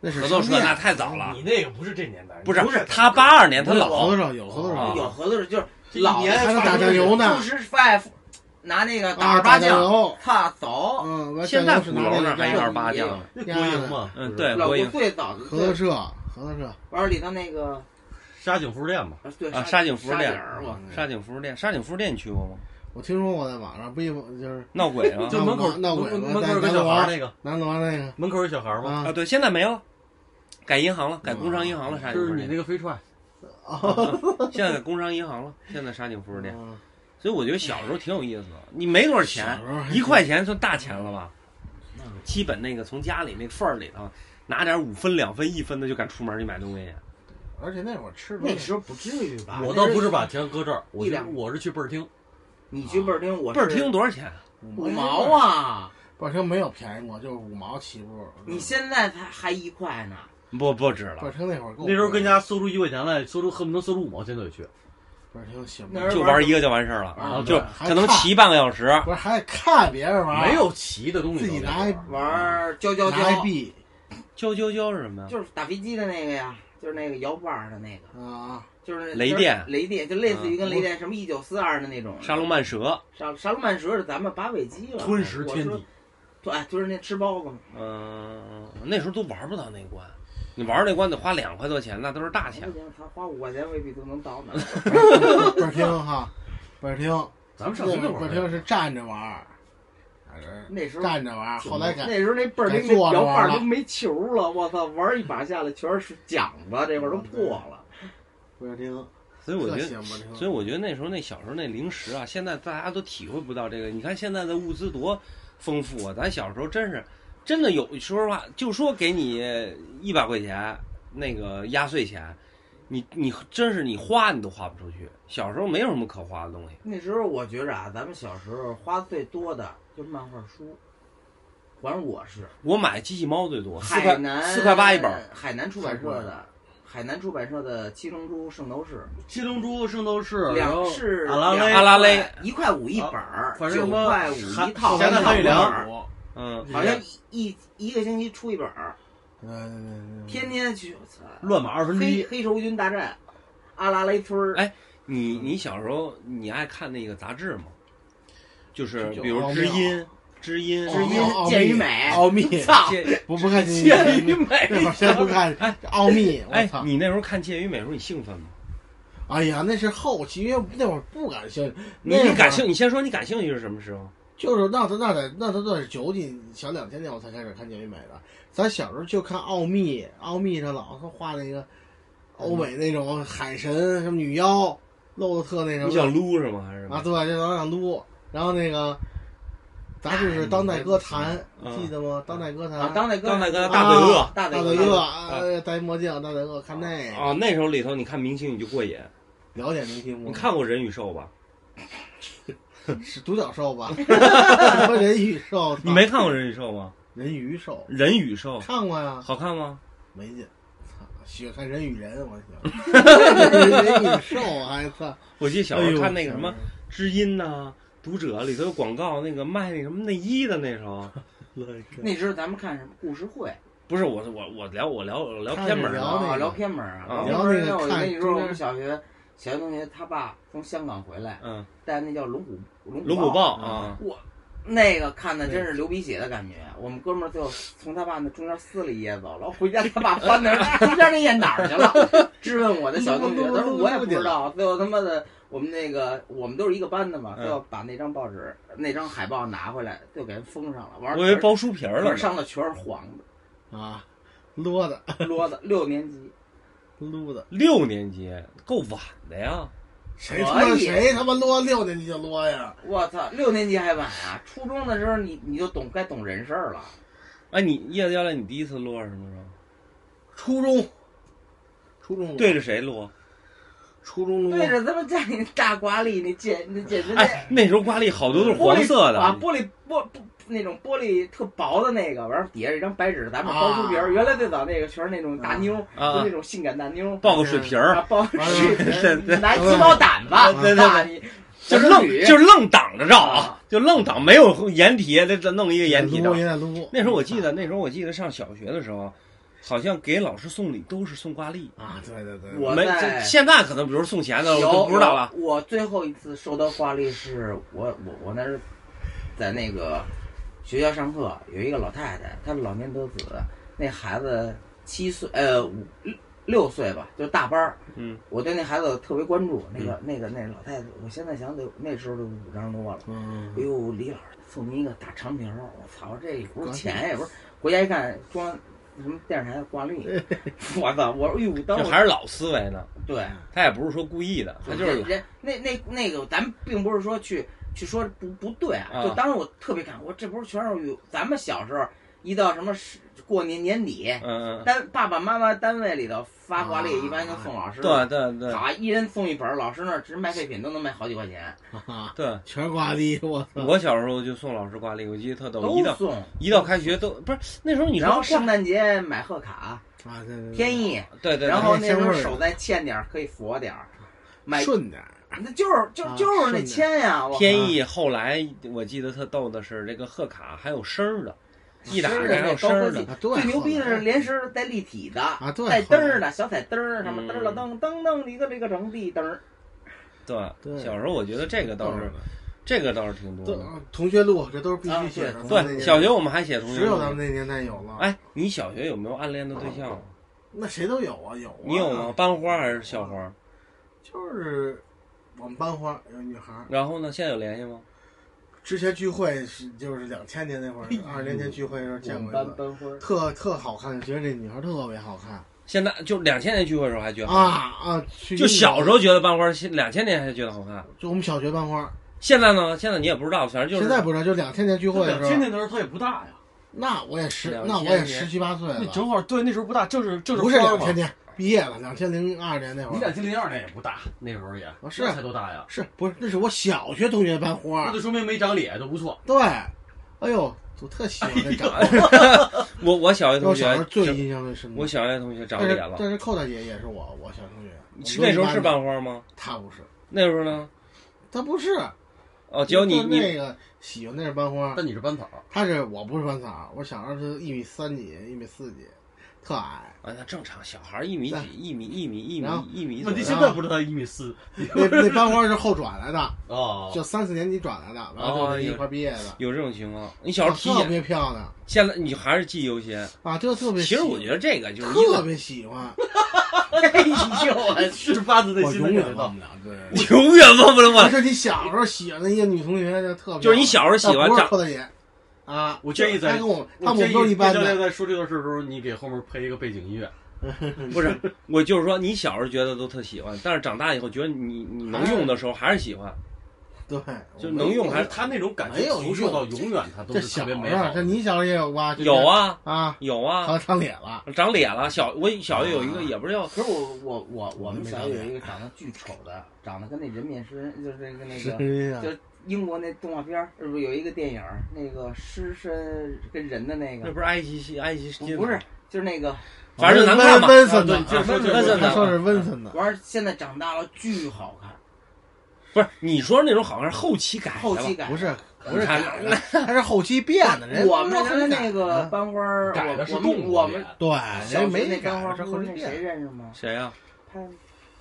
Speaker 2: 那是
Speaker 1: 合作社
Speaker 2: 商店
Speaker 1: 那太早了
Speaker 4: 你，那个不是这年代，
Speaker 1: 不是
Speaker 4: 不是
Speaker 1: 他八二年，他
Speaker 2: 有合
Speaker 1: 老
Speaker 2: 作社有合作
Speaker 1: 啊
Speaker 2: 社，
Speaker 3: 有合作社就是
Speaker 4: 这一
Speaker 3: 老
Speaker 4: 年
Speaker 2: 还能打
Speaker 4: 差不多
Speaker 2: 酱油呢
Speaker 3: 富士 five 拿那个打
Speaker 2: 啊，
Speaker 3: 着八
Speaker 2: 打酱
Speaker 3: 酱，
Speaker 2: 油，
Speaker 3: 怕走。
Speaker 2: 嗯，完
Speaker 1: 哦现在
Speaker 2: 酱
Speaker 1: 鼓
Speaker 2: 油是拿
Speaker 1: 楼那儿还
Speaker 2: 那
Speaker 1: 有
Speaker 2: 个
Speaker 1: 二八酱呢。
Speaker 4: 那国营嘛，
Speaker 1: 嗯
Speaker 4: 不是
Speaker 1: 对国
Speaker 3: 老郭
Speaker 1: 营
Speaker 3: 最早的
Speaker 2: 合作社，合作社，
Speaker 3: 玩里头那个
Speaker 4: 沙井服饰店嘛，
Speaker 3: 啊对
Speaker 1: 啊
Speaker 3: 沙
Speaker 1: 沙井嗯服饰
Speaker 3: 店
Speaker 1: 店
Speaker 3: 儿嘛，
Speaker 1: 沙井服饰店，沙井服饰店你去过吗？
Speaker 2: 我听说过在网上不一就是
Speaker 1: 闹 鬼吗？
Speaker 4: 就门口
Speaker 2: 闹鬼
Speaker 4: 门
Speaker 2: 吗
Speaker 4: 门口有个
Speaker 2: 咱咱
Speaker 4: 小孩儿
Speaker 2: 玩
Speaker 4: 那个，
Speaker 2: 南锣那个
Speaker 4: 门口有小孩儿吗？
Speaker 1: 啊，
Speaker 2: 啊，
Speaker 1: 对，现在没了，改银行了，改工商银
Speaker 4: 啊
Speaker 1: 行了，沙井
Speaker 5: 就是
Speaker 1: 服
Speaker 5: 你
Speaker 1: 饰
Speaker 5: 那
Speaker 1: 店。
Speaker 5: 个飞踹，
Speaker 2: 啊 哦
Speaker 1: 现在改工商银行了，现在沙井服饰店。
Speaker 2: 嗯
Speaker 1: 所以我觉得小时候挺有意思的，你没多少钱
Speaker 2: 小，时候还
Speaker 1: 一块钱算大钱了吧
Speaker 3: 那？
Speaker 1: 基本那个从家里那个缝儿里头拿点五分、两分、一分的就敢出门去买东西去。
Speaker 2: 而且那会儿吃
Speaker 3: 那时候不至于吧？
Speaker 4: 我倒不是把钱搁这儿，我
Speaker 3: 一
Speaker 4: 是
Speaker 3: 两
Speaker 4: 我是去倍儿厅，
Speaker 3: 你去倍儿厅，我
Speaker 1: 倍儿厅多少钱？
Speaker 3: 五毛，啊！
Speaker 2: 倍儿厅没有便宜过，就是五毛起步。嗯
Speaker 3: 你现在才还一块呢，
Speaker 1: 不不止
Speaker 2: 倍儿
Speaker 1: 了，
Speaker 2: 厅那会儿够
Speaker 4: 那时候跟家搜出一块钱来，搜出恨不得搜出五毛钱都得去。
Speaker 2: 倍儿厅行
Speaker 3: 那时候
Speaker 1: 就玩一个就完事儿了，
Speaker 3: 啊
Speaker 2: 啊，
Speaker 1: 就
Speaker 2: 还
Speaker 1: 可能
Speaker 2: 看
Speaker 1: 骑半个小时。
Speaker 2: 不是还得看别人玩，
Speaker 4: 没有骑的东西，
Speaker 2: 自己拿一
Speaker 3: 玩儿交交
Speaker 2: 拿
Speaker 3: 交
Speaker 2: 一，币
Speaker 1: 啾啾啾是什么呀？
Speaker 3: 就是打飞机的那个呀，就是那个摇把儿的那个，
Speaker 2: 啊，
Speaker 3: 就是
Speaker 1: 雷
Speaker 3: 就是
Speaker 1: 电嗯
Speaker 3: 雷电就类似于跟雷电什么一九四二的那种
Speaker 1: 沙龙曼蛇，
Speaker 3: 沙沙龙曼蛇是咱们八尾鸡了，
Speaker 4: 吞食天
Speaker 3: 我说
Speaker 4: 地，
Speaker 3: 对，哎就是那吃包子嘛，
Speaker 1: 嗯，那时候都玩不到那关，你玩那关得花两块多钱，那都是大钱
Speaker 3: 不。行，他花五块钱未必就能到呢。
Speaker 2: 倍儿厅哈，倍儿厅
Speaker 4: 咱们
Speaker 2: 那
Speaker 4: 上学
Speaker 2: 会
Speaker 4: 那
Speaker 2: 儿
Speaker 4: 会
Speaker 2: 倍儿厅是站着玩儿，俩人
Speaker 3: 那时候
Speaker 2: 站着玩儿，后来改
Speaker 3: 那时候那倍儿
Speaker 2: 该
Speaker 3: 那
Speaker 2: 坐着
Speaker 3: 摇
Speaker 2: 玩
Speaker 3: 把
Speaker 2: 了
Speaker 3: 都没球了，我操，玩一把下来全是桨子，这
Speaker 1: 嗯
Speaker 3: 会儿都破了。
Speaker 2: 倍儿厅，
Speaker 1: 所以我
Speaker 2: 这
Speaker 1: 觉得，
Speaker 2: 行倍儿
Speaker 1: 所以
Speaker 2: 厅，
Speaker 1: 我觉得那时候那小时候那零食啊，现在大家都体会不到这个。你看现在的物资多丰富啊，咱小时候真是真的有，说实话，就说给你一百块钱那个压岁钱，你你真是你花你都花不出去。小时候没有什么可花的东西，
Speaker 3: 那时候我觉着啊，咱们小时候花最多的就是漫画书，反正我是
Speaker 1: 我买机器猫最多，四
Speaker 3: 海
Speaker 1: 块
Speaker 3: 南
Speaker 1: 四块八一本儿，，
Speaker 3: 海南出版社的。海南出版社的《七龙珠》《圣斗士
Speaker 4: 七龙珠、圣斗士》，然
Speaker 3: 两
Speaker 4: 后
Speaker 3: 是
Speaker 4: 阿拉蕾
Speaker 3: 两
Speaker 1: 阿拉蕾
Speaker 3: 一块五一本儿，
Speaker 4: 反正
Speaker 3: 九
Speaker 4: 什么
Speaker 3: 块五一套，
Speaker 4: 韩加拿大
Speaker 3: 一
Speaker 4: 月亮，
Speaker 2: 我，
Speaker 1: 嗯，
Speaker 3: 好像一一一个星期出一本儿，
Speaker 2: 嗯，
Speaker 3: 天天去，我操，
Speaker 4: 乱码二分之
Speaker 3: 黑
Speaker 4: 一，
Speaker 3: 黑手军大战，阿拉蕾村儿，
Speaker 1: 哎你你小时候你爱看那个杂志吗？就是
Speaker 2: 就
Speaker 1: 比如
Speaker 2: 奥
Speaker 1: 《
Speaker 2: 妙
Speaker 1: 知音》，《知音》，哦
Speaker 3: 知音
Speaker 2: 奥秘
Speaker 3: 健与美
Speaker 2: 奥秘，
Speaker 3: 操，
Speaker 1: 介
Speaker 2: 不不看见
Speaker 3: 见于美
Speaker 2: 那会儿先不看奥秘，我
Speaker 1: 哎
Speaker 2: 操，！
Speaker 1: 你那时候看《介于美》时候，你兴奋吗？
Speaker 2: 哎呀，那是后期，因为那会儿不感兴趣，
Speaker 1: 你
Speaker 2: 那会
Speaker 1: 你
Speaker 2: 儿
Speaker 1: 感兴，你先说你感兴趣是什么时候？
Speaker 2: 就是那都那得那都得九几小两千年我才开始看健美美的，咱小时候就看奥秘，奥秘上老是画那个欧美那种海神什么女妖，露的特那什
Speaker 1: 你想
Speaker 2: 么
Speaker 1: 撸是吗？还是什
Speaker 2: 啊，
Speaker 1: 么？
Speaker 2: 对，就老想撸，然后那个杂
Speaker 1: 哎
Speaker 2: 志是当代歌坛，
Speaker 1: 嗯
Speaker 2: 记得吗？当代歌坛，
Speaker 3: 啊，当代哥
Speaker 1: 刚才跟
Speaker 2: 啊
Speaker 1: 大嘴鳄
Speaker 3: 大
Speaker 2: 大
Speaker 3: 嘴
Speaker 2: 嘴
Speaker 3: 鳄
Speaker 2: 鳄，呃，戴墨镜，大嘴鳄看那个，
Speaker 1: 啊，那时候里头你看明星你就过瘾，
Speaker 2: 了解明星吗？
Speaker 1: 你看过《人与兽》吧？
Speaker 2: 是独角兽吧？ 什么人鱼兽？
Speaker 1: 你没看过《哦人与兽》吗？
Speaker 2: 人鱼兽？
Speaker 1: 《人与兽》
Speaker 2: 看过呀，
Speaker 1: 好看吗？
Speaker 2: 没劲。操，喜欢看人与人， 我喜欢人与兽，还操！
Speaker 1: 我记得小时
Speaker 2: 哎
Speaker 1: 候
Speaker 2: 呦
Speaker 1: 看那个什么，《知音》呐，《读者》里头有广告，那个卖那什么内衣的那时候，
Speaker 3: 那时候咱们看什么故事会
Speaker 1: 不是我我我聊我聊我聊
Speaker 2: 看
Speaker 1: 偏
Speaker 2: 着
Speaker 1: 门
Speaker 2: 聊
Speaker 1: 了，
Speaker 2: 那
Speaker 3: 啊，
Speaker 2: 个
Speaker 3: 聊偏门啊，
Speaker 1: 啊
Speaker 3: 聊偏门儿。我
Speaker 2: 聊那个看
Speaker 3: 那时候我
Speaker 2: 中间
Speaker 3: 们小学小学同学他爸从香港回来，
Speaker 1: 嗯，
Speaker 3: 带那叫龙虎龙
Speaker 1: 龙
Speaker 3: 虎
Speaker 1: 虎豹啊，
Speaker 3: 我那个看的真是流鼻血的感觉。我们哥们儿最后从他爸那中间撕了一页走了，回家他爸翻那儿哎中间那页哪儿去了？质问我的小同学，他说我也不知道。最后他妈的，我们那个我们都是一个班的嘛，
Speaker 1: 嗯
Speaker 3: 最后把那张报纸、那张海报拿回来，就给人封上了。完
Speaker 1: 我以为
Speaker 3: 了，
Speaker 1: 包书皮儿了呢，
Speaker 3: 上的全是黄
Speaker 2: 啊，啰的
Speaker 3: 的，摞的。六年级，
Speaker 2: 撸的，
Speaker 1: 六年级够晚的呀，
Speaker 2: 谁他妈
Speaker 3: 可以
Speaker 2: 谁他妈啰六年级就啰呀？
Speaker 3: 我操，六年级还晚啊！初中的时候你你就懂该懂人事儿了。
Speaker 1: 哎，你叶子要来，你第一次撸是什么时候？
Speaker 2: 初中，初中撸
Speaker 1: 对，着谁撸？
Speaker 2: 初中撸
Speaker 3: 对着他们家里大瓜里那简那简直那。
Speaker 1: 哎，那时候瓜粒好多都是黄色的，
Speaker 3: 啊，玻璃玻玻那种玻璃特薄的那个，完了底下一张白纸，咱们包书皮儿。
Speaker 2: 啊
Speaker 3: 原来最早那个全是那种大妞，
Speaker 1: 啊
Speaker 3: 就那种性感大妞，
Speaker 1: 抱个水瓶儿
Speaker 3: 啊，，包
Speaker 2: 完
Speaker 3: 是
Speaker 2: 了
Speaker 1: 对对，
Speaker 3: 拿鸡毛掸子，
Speaker 1: 对对对
Speaker 3: 大你
Speaker 1: 就
Speaker 3: 啊小
Speaker 1: 愣
Speaker 3: 女
Speaker 1: 就愣挡着照啊
Speaker 3: 啊，
Speaker 1: 就愣挡，没有掩体，得得弄一个掩体照
Speaker 2: 撸。也得撸。
Speaker 1: 那时候我记得，那时候我记得上小学的时候，好像给老师送礼都是送挂历，
Speaker 2: 啊，对对对，
Speaker 3: 我
Speaker 1: 没
Speaker 3: 在
Speaker 1: 这现在可能比如送钱的，
Speaker 3: 有
Speaker 1: 哎我都不知道了。
Speaker 3: 有我最后一次收到挂历是我我我那是在那个学校上课，有一个老太太，她老年得子，那孩子七岁呃五六六岁吧，就是大班儿。
Speaker 1: 嗯，
Speaker 3: 我对那孩子特别关注。那个那个那老太太，我现在想得那时候就五张多了。
Speaker 2: 嗯
Speaker 3: 哎，呦，李老师送您一个大长条儿，我操，这也不是钱，也不是，回家一看装什么电视台的 挂历，我操，我说哎呦，当
Speaker 1: 就
Speaker 3: 我
Speaker 1: 还是老思维呢，
Speaker 3: 对。
Speaker 1: 他也不是说故意的，他就是
Speaker 3: 人那那那个，咱们并不是说去去说不不对啊，
Speaker 1: 啊
Speaker 3: 就当时我特别感，我这不是全是有咱们小时候一到什么时过年年底，
Speaker 1: 嗯，嗯啊
Speaker 3: 单爸爸妈妈单位里头发挂历，一般就送老师，
Speaker 1: 对对对
Speaker 3: 好一人送一本，老师那儿只卖废品都能卖好几块钱，
Speaker 2: 啊，
Speaker 1: 对。
Speaker 2: 全挂历，我操！
Speaker 1: 我小时候就送老师挂历，我记得特逗，
Speaker 3: 嗯都
Speaker 1: 一到
Speaker 3: 送。
Speaker 1: 一到开学都不是那时候你说
Speaker 3: 然后
Speaker 1: 挂嗯
Speaker 3: 圣诞节买贺卡，
Speaker 2: 啊，对对对，
Speaker 3: 天意，
Speaker 1: 对对对，
Speaker 3: 然后那时
Speaker 2: 香
Speaker 3: 候
Speaker 2: 味儿
Speaker 3: 手再欠点儿可以佛点儿，买
Speaker 2: 顺点儿，
Speaker 3: 那就是就
Speaker 2: 啊
Speaker 3: 就是那
Speaker 2: 顺点
Speaker 3: 签呀，我
Speaker 1: 天意后来我记得特逗的是，这个贺卡还有声儿的，一打
Speaker 3: 声
Speaker 1: 开
Speaker 3: 儿的
Speaker 1: 还有
Speaker 3: 那
Speaker 1: 声
Speaker 3: 高科
Speaker 1: 儿
Speaker 3: 技
Speaker 1: 的，
Speaker 2: 啊，对，
Speaker 3: 最牛逼的
Speaker 2: 后
Speaker 3: 是
Speaker 2: 来
Speaker 3: 连声儿带立体的
Speaker 2: 啊，对，
Speaker 3: 带灯儿
Speaker 2: 的，
Speaker 3: 的嗯小彩灯儿，什么灯儿了噔噔噔的一个这个整地灯儿，
Speaker 1: 对。
Speaker 2: 对，
Speaker 1: 小时候我觉得这个倒
Speaker 2: 嗯
Speaker 1: 是，这个倒是挺多
Speaker 2: 都
Speaker 1: 的。
Speaker 2: 同学录，这都是必须写的咱
Speaker 3: 啊。
Speaker 2: 们那
Speaker 1: 对，
Speaker 2: 年
Speaker 1: 小学我们还写同学
Speaker 2: 只有咱们
Speaker 1: 录。
Speaker 2: 那年代有了。，
Speaker 1: 哎，你小学有没有暗恋的对象？
Speaker 2: 那谁都有啊，有啊嗯
Speaker 1: 你有吗？？班花还是校花？
Speaker 2: 就是我们班花有女孩儿，
Speaker 1: 然后呢？现在有联系吗？
Speaker 2: 之前聚会是就是两千年那会儿，
Speaker 1: 哎
Speaker 2: 二十年前聚会的时候见过一次，
Speaker 3: 班 花
Speaker 2: 特特好看，觉得这女孩儿特别好看
Speaker 1: 现在就两千年聚会的时候还觉得好
Speaker 2: 啊
Speaker 1: 看，
Speaker 2: 啊！去
Speaker 1: 就小时候觉得班花，现两千年还觉得好看。
Speaker 2: 就我们小学班花，
Speaker 1: 现在呢？现在你也不知道，反正就
Speaker 2: 现在
Speaker 1: 是
Speaker 2: 不知道，就两千年聚会
Speaker 4: 对
Speaker 2: 的时
Speaker 4: 天
Speaker 2: 候，
Speaker 4: 天的时候他也不大呀，
Speaker 2: 那我也十，
Speaker 1: 2000
Speaker 2: 那我也
Speaker 1: 年
Speaker 2: 十七八岁
Speaker 4: 那
Speaker 2: 了，
Speaker 4: 正好对那时候不大，正是正
Speaker 2: 不是
Speaker 4: 花
Speaker 2: 两
Speaker 4: 嘛
Speaker 2: 千。年毕业了，两千零二年那会
Speaker 4: 你
Speaker 2: 儿
Speaker 4: 两千零二年也不大，那时候也
Speaker 2: 啊是
Speaker 4: 那才多大呀？
Speaker 2: 是不是？那是我小学同学班
Speaker 4: 那
Speaker 3: 啊
Speaker 2: 花
Speaker 4: 就，说明没长脸，都不错。
Speaker 2: 对，哎呦，我特喜欢这长得，
Speaker 1: 我我哎小学
Speaker 2: 我
Speaker 1: 同
Speaker 2: 小时候
Speaker 1: 学，
Speaker 2: 最印象最深的
Speaker 1: 我。小学同学长
Speaker 2: 但
Speaker 1: 脸
Speaker 2: 是
Speaker 1: 了。
Speaker 2: 但是寇大姐也是我，我小同学。
Speaker 1: 你
Speaker 2: 我们
Speaker 1: 那时候
Speaker 2: 班
Speaker 1: 是
Speaker 2: 的？
Speaker 1: 班花吗？
Speaker 2: 她不是，
Speaker 1: 那时候呢？
Speaker 2: 她不是。
Speaker 1: 哦，只有你
Speaker 2: 她
Speaker 1: 你
Speaker 2: 那个喜欢那是班花，
Speaker 4: 但你是班草，
Speaker 3: 啊
Speaker 2: 她是我不是班草，我小时候是一米三几，一米四几，特矮。
Speaker 1: 啊，那正常，小孩儿一米
Speaker 2: 对
Speaker 1: 几，一米一米一米
Speaker 2: 然后
Speaker 1: 一米左
Speaker 4: 问题
Speaker 3: 啊
Speaker 1: 右
Speaker 4: 现在不知道他一米四
Speaker 2: 那那班花是后转来的，
Speaker 3: 啊
Speaker 4: 哦，
Speaker 2: 就三四年级转来的，然
Speaker 1: 哦
Speaker 2: 后就一
Speaker 1: 有
Speaker 2: 块儿毕业的。
Speaker 1: 有这种情况。你小时候体
Speaker 2: 啊特
Speaker 1: 检，
Speaker 2: 别漂亮
Speaker 1: 现在你还是记忆犹新。
Speaker 2: 啊，就特别
Speaker 1: 其
Speaker 2: 喜
Speaker 1: 实
Speaker 2: 欢。
Speaker 1: 我觉得这个就是一
Speaker 2: 特
Speaker 1: 个
Speaker 2: 别喜欢，
Speaker 4: 哎呦 我是发自内
Speaker 2: 我
Speaker 4: 心的
Speaker 2: 永
Speaker 4: 感觉
Speaker 2: 远
Speaker 4: 到
Speaker 2: 忘。不了。对，
Speaker 1: 永远忘不了
Speaker 2: 但
Speaker 1: 我，
Speaker 2: 是你小时候喜欢的一个女同学就特别，
Speaker 1: 就是你小时候喜欢
Speaker 2: 她不是
Speaker 1: 长
Speaker 2: 寇大姐啊，
Speaker 4: 我建议
Speaker 2: 她
Speaker 4: 在
Speaker 2: 跟我，她
Speaker 4: 我
Speaker 2: 我们都是一班
Speaker 4: 建议教练
Speaker 2: 的，
Speaker 4: 在说这段事的时候，你给后面配一个背景音乐。
Speaker 1: 不是，我就是说你小时候觉得都特喜欢，但是长大以后觉得你你能用的时候还是喜欢。
Speaker 2: 对，
Speaker 4: 就
Speaker 2: 我
Speaker 4: 能用还是
Speaker 2: 我
Speaker 4: 他那种感
Speaker 2: 没
Speaker 4: 哎觉
Speaker 2: 有
Speaker 4: 投射
Speaker 2: 用
Speaker 4: 到永远，他都
Speaker 2: 这
Speaker 4: 是特
Speaker 2: 小
Speaker 4: 别
Speaker 2: 时
Speaker 4: 美好
Speaker 2: 候，这
Speaker 4: 的。
Speaker 2: 你小时候也有吧？就是
Speaker 1: 有啊，
Speaker 2: 啊，
Speaker 1: 有啊，
Speaker 2: 长长脸了，
Speaker 1: 长脸了。小我小学有
Speaker 2: 啊
Speaker 1: 一个也不是叫
Speaker 3: 可是我我我我们小学有一个长得巨丑的，长得跟那人面狮身，就是那个那
Speaker 2: 是啊哦
Speaker 3: 个
Speaker 2: 呀，
Speaker 3: 就英国那动画片儿，是不是有一个电影儿那个狮身跟人的那
Speaker 1: 那
Speaker 3: 个？
Speaker 1: 不是埃及西埃及金？
Speaker 3: 不是，，就是那个
Speaker 1: 反正就难看吧。
Speaker 2: 温森的，
Speaker 4: 啊对就是
Speaker 1: 温
Speaker 4: 温
Speaker 1: 森
Speaker 4: 森
Speaker 2: 他
Speaker 4: 的
Speaker 1: 的
Speaker 2: 说是温森的，
Speaker 3: 玩儿，现在长大了巨好看，
Speaker 1: 不是你说那种好像是后期改的吧
Speaker 3: 后期改
Speaker 2: 哎不是不
Speaker 1: 你
Speaker 2: 是
Speaker 1: 看
Speaker 2: 改的，他是后期变的。人
Speaker 3: 我们
Speaker 2: 说
Speaker 3: 跟
Speaker 2: 改
Speaker 3: 那个
Speaker 2: 的
Speaker 3: 班花儿，
Speaker 4: 改的
Speaker 3: 我
Speaker 4: 是
Speaker 3: 我
Speaker 4: 动
Speaker 3: 们
Speaker 4: 物
Speaker 3: 我
Speaker 4: 脸
Speaker 3: 们
Speaker 2: 嗯对，
Speaker 3: 小
Speaker 2: 人
Speaker 3: 学
Speaker 2: 没
Speaker 3: 那
Speaker 2: 改
Speaker 3: 班花
Speaker 2: 的，
Speaker 3: 儿
Speaker 2: 是
Speaker 3: 不
Speaker 2: 后
Speaker 3: 是
Speaker 2: 期
Speaker 3: 那
Speaker 2: 变
Speaker 3: 谁
Speaker 2: 的。
Speaker 3: 认识吗？
Speaker 1: 谁呀？
Speaker 3: 潘